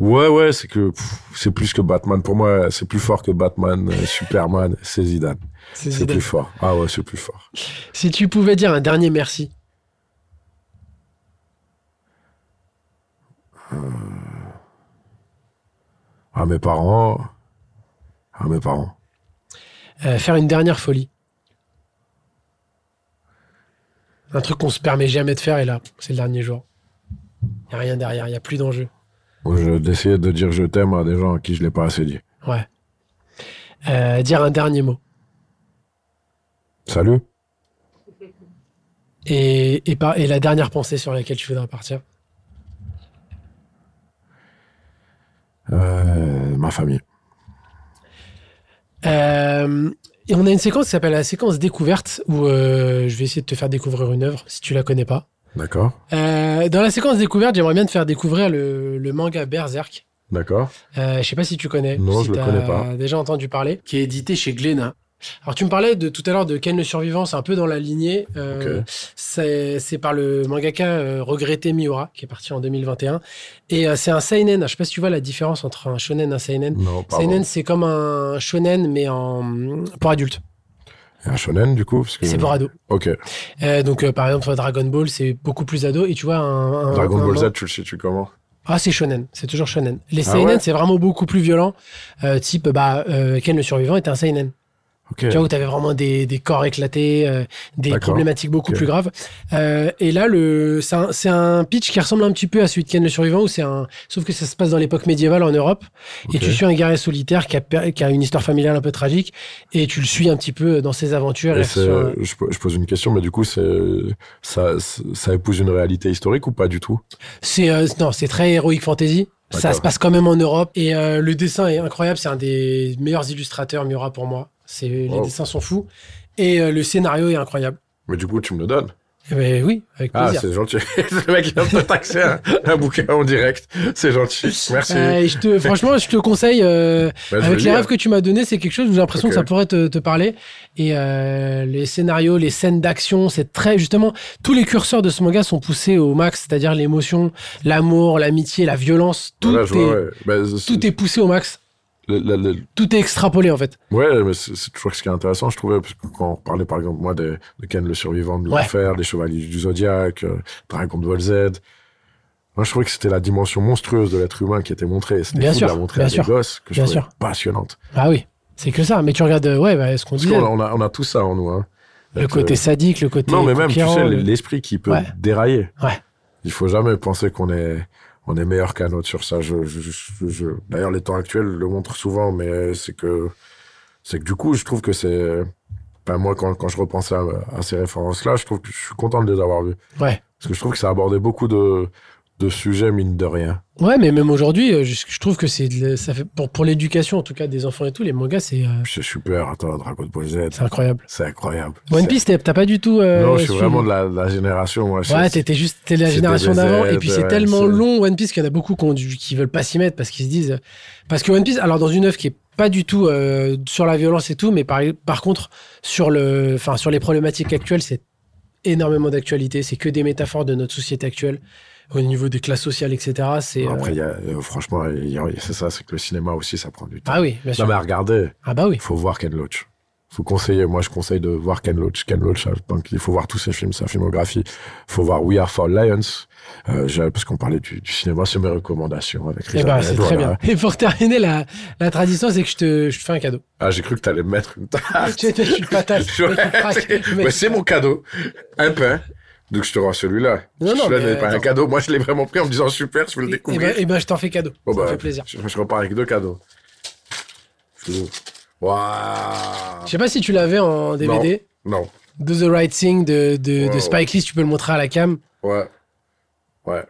Ouais, ouais, c'est que pff, c'est plus que Batman. Pour moi, c'est plus fort que Batman, euh, Superman, c'est Zidane. C'est C'est Zidane. plus fort. Ah ouais, c'est plus fort. Si tu pouvais dire un dernier merci. À mes parents, à mes parents. Euh, faire une dernière folie. Un truc qu'on se permet jamais de faire, et là, c'est le dernier jour. Il n'y a rien derrière, il n'y a plus d'enjeu. Moi, je- D'essayer de dire je t'aime à des gens à qui je l'ai pas assez dit. Ouais. Euh, dire un dernier mot. Salut. Et, et, par- et la dernière pensée sur laquelle tu voudrais partir. Euh, ma famille. Euh, et on a une séquence qui s'appelle la séquence découverte, où euh, je vais essayer de te faire découvrir une œuvre si tu la connais pas. D'accord. Euh, dans la séquence découverte, j'aimerais bien te faire découvrir le, le manga Berserk. D'accord. Euh, je sais pas si tu connais. Non, si je le t'as connais pas. Déjà entendu parler. Qui est édité chez Glénat. Alors tu me parlais de tout à l'heure de Ken le survivant, c'est un peu dans la lignée. Euh, Ok. C'est c'est par le mangaka euh, regretté Miura qui est parti en 2021 et euh, c'est un seinen. Je sais pas si tu vois la différence entre un shonen et un seinen. Non, pardon. Seinen c'est comme un shonen mais en pour adultes. Et Un shonen, du coup parce que... C'est pour ados. Ok. Euh, donc euh, par exemple Dragon Ball c'est beaucoup plus ado et tu vois un, un- Dragon un- Ball Z, tu le situes comment Ah, c'est shonen, c'est toujours shonen. Les Ah seinen, ouais c'est vraiment beaucoup plus violent. Euh, type, bah, euh, Ken le survivant était un seinen. Ok. Tu vois, où t'avais vraiment des, des corps éclatés, euh, des D'accord. problématiques beaucoup Ok. plus graves. Euh, et là, le, c'est un, c'est un pitch qui ressemble un petit peu à celui de Ken le survivant, où c'est un, sauf que ça se passe dans l'époque médiévale en Europe. Et Ok. tu suis un guerrier solitaire qui a, per- qui a une histoire familiale un peu tragique, et tu le suis un petit peu dans ses aventures. Et et c'est- sur- je, po- je pose une question, mais du coup, c'est, ça, ça épouse une réalité historique ou pas du tout C'est euh, non, c'est très héroïque fantasy. Ça D'accord. se passe quand même en Europe et euh, le dessin est incroyable. C'est un des meilleurs illustrateurs Miura pour moi. C'est les Wow. dessins sont fous et euh, le scénario est incroyable. Mais du coup, tu me le donnes. Eh ben oui, avec Ah, plaisir. c'est gentil. le mec, il a pas taxé un, un bouquin en direct. C'est gentil. Merci. Euh, et je te, franchement, je te conseille. euh, Bah, je vais avec les lire. rêves que tu m'as donné, c'est quelque chose où j'ai l'impression que Ok. ça pourrait te, te parler. Et euh, les scénarios, les scènes d'action, c'est très justement tous les curseurs de ce manga sont poussés au max, c'est-à-dire l'émotion, l'amour, l'amitié, la violence, tout Voilà, est je vois, ouais. Bah, c'est- tout est poussé au max, le- le- le- tout est extrapolé en fait. Ouais, mais c'est c'est toujours ce qui est intéressant, je trouvais, parce que quand on parlait, par exemple, moi, de, de Ken le Survivant, de Ouais. l'Enfer, des Chevaliers du Zodiac, euh, Dragon Ball Z, moi, je trouvais que c'était la dimension monstrueuse de l'être humain qui était montrée. C'était Bien fou sûr, de la montrer bien à des sûr, gosses, que je bien trouvais sûr. passionnante. Ah oui, c'est que ça. Mais tu regardes, euh, ouais, bah, ce qu'on Parce disait, qu'on a, on a, on a tout ça en nous. Hein. le Être, côté euh, sadique, le côté. Non, mais même, tu conquérant, sais, le- l'esprit qui peut Ouais. dérailler. Ouais. Il faut jamais penser qu'on est, on est meilleur qu'un autre sur ça. Je, je, je- je- D'ailleurs, les temps actuels le montrent souvent, mais c'est que, c'est que du coup, je trouve que c'est, enfin, moi, quand, quand je repense à, à ces références-là, je trouve que je suis content de les avoir vues. Ouais. Parce que je trouve que ça abordait beaucoup de, de sujets, mine de rien. Ouais, mais même aujourd'hui, euh, je, je trouve que c'est de- ça fait pour, pour l'éducation en tout cas des enfants et tout, les mangas c'est euh, C'est super. Attends, Dragon Ball Z, c'est incroyable. c'est incroyable. One C'est- Piece, t'es- t'as pas du tout. euh, non, je suis suivi. vraiment de la, de la génération, moi. Ouais, C'est- t'étais juste t'es la c'était génération des d'avant et aides, puis c'est ouais, tellement c'est- long One Piece qu'il y en a beaucoup qui, ont du- qui veulent pas s'y mettre parce qu'ils se disent parce que One Piece alors dans une œuvre qui est pas du tout euh, sur la violence et tout mais par, par contre sur le enfin sur les problématiques actuelles c'est énormément d'actualité c'est que des métaphores de notre société actuelle au niveau des classes sociales etc c'est euh, Après, il y a, euh, franchement, il y a- c'est ça, c'est que le cinéma aussi, ça prend du temps. ah oui bien sûr Non, mais regardez, ah bah oui il faut voir Ken Loach. faut conseiller, moi je conseille de voir Ken Loach. Ken Loach, euh, donc, il faut voir tous ses films, sa filmographie. Il faut voir We Are for Lions, euh, j'ai- parce qu'on parlait du, du cinéma, c'est mes recommandations avec Eh Riz ben, Ahmed, c'est voilà. très bien. Et pour terminer, la, la tradition, c'est que je te, je te fais un cadeau. Ah, j'ai cru que t'allais me mettre une tarte. Tu sais, je suis une patate. Je- mec, il craque, le mec, Ouais, Ah, c'est il mon cadeau, un pain. Donc je te rends celui-là. Non, non, celui-là mais, n'est pas un attends. cadeau. Moi je l'ai vraiment pris en me disant super, je veux le craque. Eh découvrir. ben, eh ben, je t'en fais cadeau. Bon, ça me bah, fait plaisir. Je, je repars avec deux cadeaux. Je vous- Waouh Je sais pas si tu l'avais en DVD. Non, Do the Right Thing de, de, Ouais, de ouais. Spike Lee, si tu peux le montrer à la cam, Ouais. Ouais.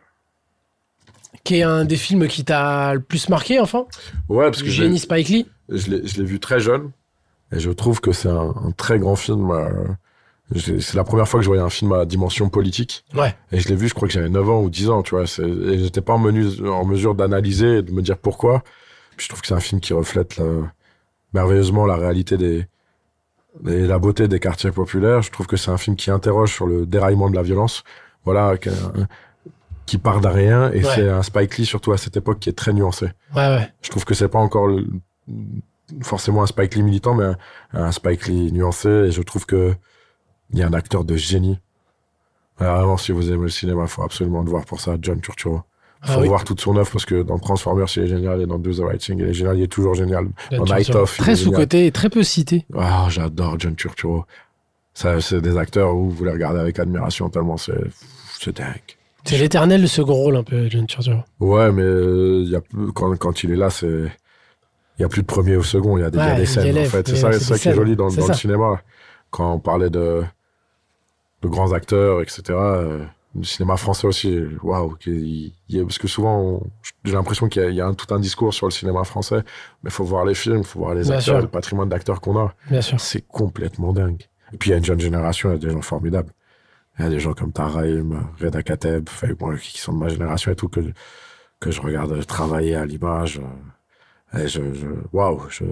qui est un des films qui t'a le plus marqué, enfant. Ouais, parce que Du j'ai- génie Spike Lee. Je l'ai je l'ai vu très jeune et je trouve que c'est un, un très grand film. euh, j'ai- c'est la première fois que je voyais un film à dimension politique. Ouais. Et je l'ai vu, je crois que j'avais 9 ans ou 10 ans, tu vois. c'est- Et j'étais pas en, menu- en mesure d'analyser et de me dire pourquoi. Puis je trouve que c'est un film qui reflète la- merveilleusement la réalité des, et la beauté des quartiers populaires. Je trouve que c'est un film qui interroge sur le déraillement de la violence. Voilà, qui, qui part d'un rien. Et Ouais. c'est un Spike Lee, surtout à cette époque, qui est très nuancé. Ouais, ouais. Je trouve que c'est pas encore le- forcément un Spike Lee militant, mais un, un Spike Lee nuancé. Et je trouve que il y a un acteur de génie. Alors vraiment, si vous aimez le cinéma, faut absolument le voir pour ça, John Turturro. Faut Ah oui, voir toute son œuvre parce que dans Transformers, il est génial et dans Do the Right Thing, il est génial, il est toujours génial. John en Turturro. Night Off, il est Très génial. sous-côté et très peu cité. Ah, j'adore John Turturro. Ça, c'est des acteurs où vous les regardez avec admiration tellement c'est, c'est dingue. C'est l'éternel de second rôle, un peu, John Turturro. Ouais, mais euh, il y a plus- quand, quand il est là, c'est il n'y a plus de premier ou second, il y a des, il y a Ouais, des il scènes élève, en fait. il C'est ça, élève, c'est c'est ça des qui est scènes, joli dans, le- c'est dans le ça. cinéma. Quand on parlait de, de grands acteurs, etc., euh, le cinéma français aussi, waouh, qu'il- il y a- parce que souvent, on- j'ai l'impression qu'il y a, il y a un- tout un discours sur le cinéma français, mais il faut voir les films, il faut voir les Bien acteurs, sûr. le patrimoine d'acteurs qu'on a. Bien sûr. Ah, C'est complètement dingue. Et puis il y a une jeune génération, il y a des gens formidables. Il y a des gens comme Taraim, Reda Kateb, enfin, bon, qui qui sont de ma génération et tout, que, que je regarde travailler à l'image. euh, Et je, je, waouh, je,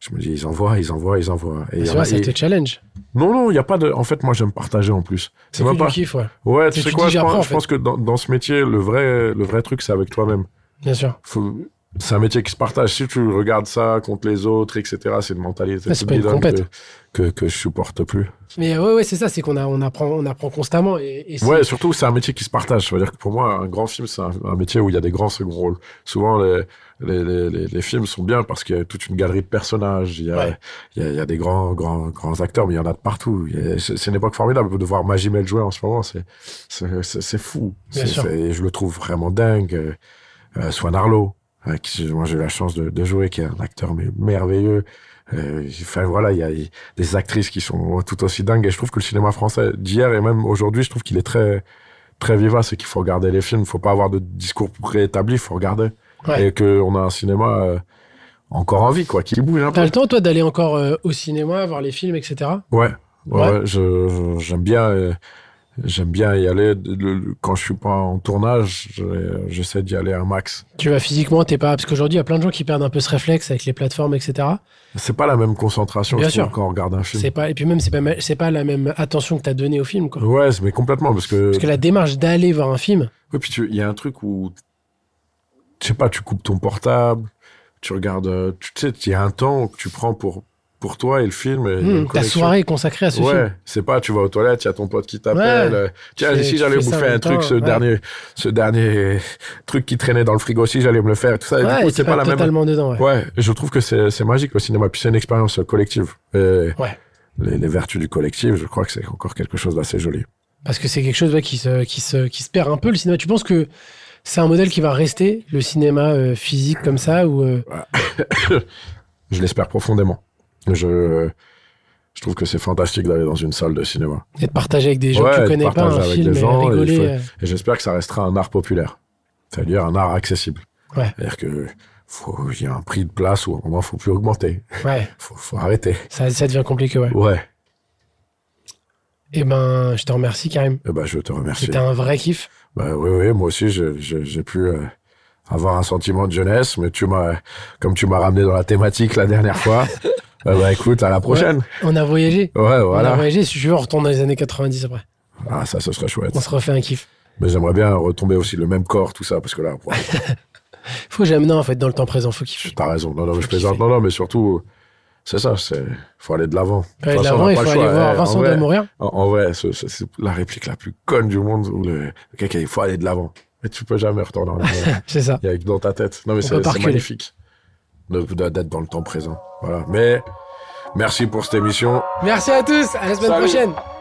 je me dis, ils envoient, ils envoient, ils envoient. Et il y Ah, C'est en a- vrai, ça et- te challenge. Non, non, il n'y a pas de. En fait, moi, j'aime partager en plus. C'est même que du kiff, ouais. Ouais, C'est tu sais tu quoi, dis, je, pense, j'apprends, en je pense que dans, dans ce métier, le vrai, le vrai truc, c'est avec toi-même. Bien sûr. Faut- C'est un métier qui se partage. Si tu regardes ça contre les autres, etc., c'est une mentalité Ah, c'est toute pas une bidonne compète. que, que, que je supporte plus. Mais ouais, ouais, c'est ça, c'est qu'on a- on apprend, on apprend constamment. Et, et c'est- Ouais, surtout, c'est un métier qui se partage. Ça veut dire que pour moi, un grand film, c'est un, un métier où il y a des grands seconds rôles. Souvent, les, les, les, les- les films sont bien parce qu'il y a toute une galerie de personnages. Il y a, Ouais. il y a, il y a des grands, grands, grands acteurs, mais il y en a de partout. Il y a- C'est c'est une époque formidable de voir Magimel jouer en ce moment. C'est- C'est c'est- c'est fou. Bien C'est- sûr. c'est- Je le trouve vraiment dingue. Euh, euh, Swan Arlo, euh, qui, moi, j'ai eu la chance de, de jouer, qui est un acteur mais merveilleux. Euh, Enfin, voilà, il y a il- des actrices qui sont tout aussi dingues. Et je trouve que le cinéma français d'hier et même aujourd'hui, je trouve qu'il est très, très vivace et qu'il faut regarder les films. Il faut pas avoir de discours préétabli, il faut regarder. Ouais. Et qu'on a un cinéma euh, encore en vie, quoi, qui bouge un peu. T'as le temps, toi, d'aller encore euh, au cinéma, voir les films, etc. Ouais, ouais, Ouais. ouais, je- je- j'aime bien, euh, j'aime bien y aller. Le- le- quand je suis pas en tournage, je- j'essaie d'y aller un max. Tu vas physiquement, t'es pas. Parce qu'aujourd'hui, il y a plein de gens qui perdent un peu ce réflexe avec les plateformes, etc. C'est pas la même concentration Bien je trouve, sûr. quand on regarde un film. C'est pas... Et puis même, c'est pas, ma- c'est pas la même attention que t'as donnée au film, quoi. Ouais, mais complètement, parce que. Parce que la démarche d'aller voir un film, Oui, puis tu- il y a un truc où, je sais pas, tu coupes ton portable, tu regardes, euh, tu tu sais, il y a un temps que tu prends pour, pour toi et le film. Et il y a hmm, une ta connexion. soirée est consacrée à ce film. Ouais, c'est pas, tu vas aux toilettes, il y a ton pote qui t'appelle. Ouais. euh, Tiens, C'est- si tu j'allais fais ça en bouffer même un truc, temps, ce ouais. dernier, ce dernier truc qui traînait dans le frigo, si j'allais me le faire, tout ça. et Ouais, du coup, et t'es c'est pas, pas, la même. totalement dedans, ouais. Ouais, je trouve que c'est c'est magique au cinéma. Puis c'est une expérience collective. Et Ouais. Les, les vertus du collectif, je crois que c'est encore quelque chose d'assez joli. Parce que c'est quelque chose ouais, qui, se, qui, se, qui se perd un peu, le cinéma. Tu penses que c'est un modèle qui va rester, le cinéma euh, physique comme ça, ou euh, Je l'espère profondément. Je, je trouve que c'est fantastique d'aller dans une salle de cinéma. être partagé avec des gens Ouais, que être tu connais pas, partagé un avec film, des et gens, et rigoler. il faut- euh. Et j'espère que ça restera un art populaire. C'est-à-dire un art accessible. Ouais. C'est-à-dire que faut- il y a un prix de place où à un moment, faut plus augmenter. euh, Ouais, Faut, faut arrêter. ça, ça devient compliqué, ouais. Ouais. Eh ben, je te remercie, Karim. Eh ben, je te remercie. C'était un vrai kiff. Bah, oui, oui, moi aussi, je- je- j'ai pu euh, avoir un sentiment de jeunesse, mais tu m'as, comme tu m'as ramené dans la thématique la dernière fois, euh, bah, écoute, à la prochaine. On a voyagé. Ouais, On a voilà. voyagé. Si tu veux, on retourne dans les années 90 après. Ah, ça, ce serait chouette. On se refait un kiff. Mais j'aimerais bien retomber aussi le même corps, tout ça, parce que là, ouais, Faut que j'aime. Non, en fait, dans le temps présent, faut kiffer. t'as raison. Non, non, mais je plaisante. Non, non, mais surtout, c'est ça, c'est, faut aller de l'avant. Faut aller De de toute façon, l'avant, on a il faut pas le aller choix, voir eh, en Vincent vrai. doit mourir. En, en vrai, ce- ce- c'est la réplique la plus conne du monde où le quelqu'un il faut aller de l'avant. Et tu peux jamais retourner en arrière. C'est ça. Il y a que dans ta tête. Non mais On c'est peut pas c'est reculer. magnifique de- de- d'être dans le temps présent. Voilà. Mais merci pour cette émission. Merci à tous. À la semaine Salut. prochaine.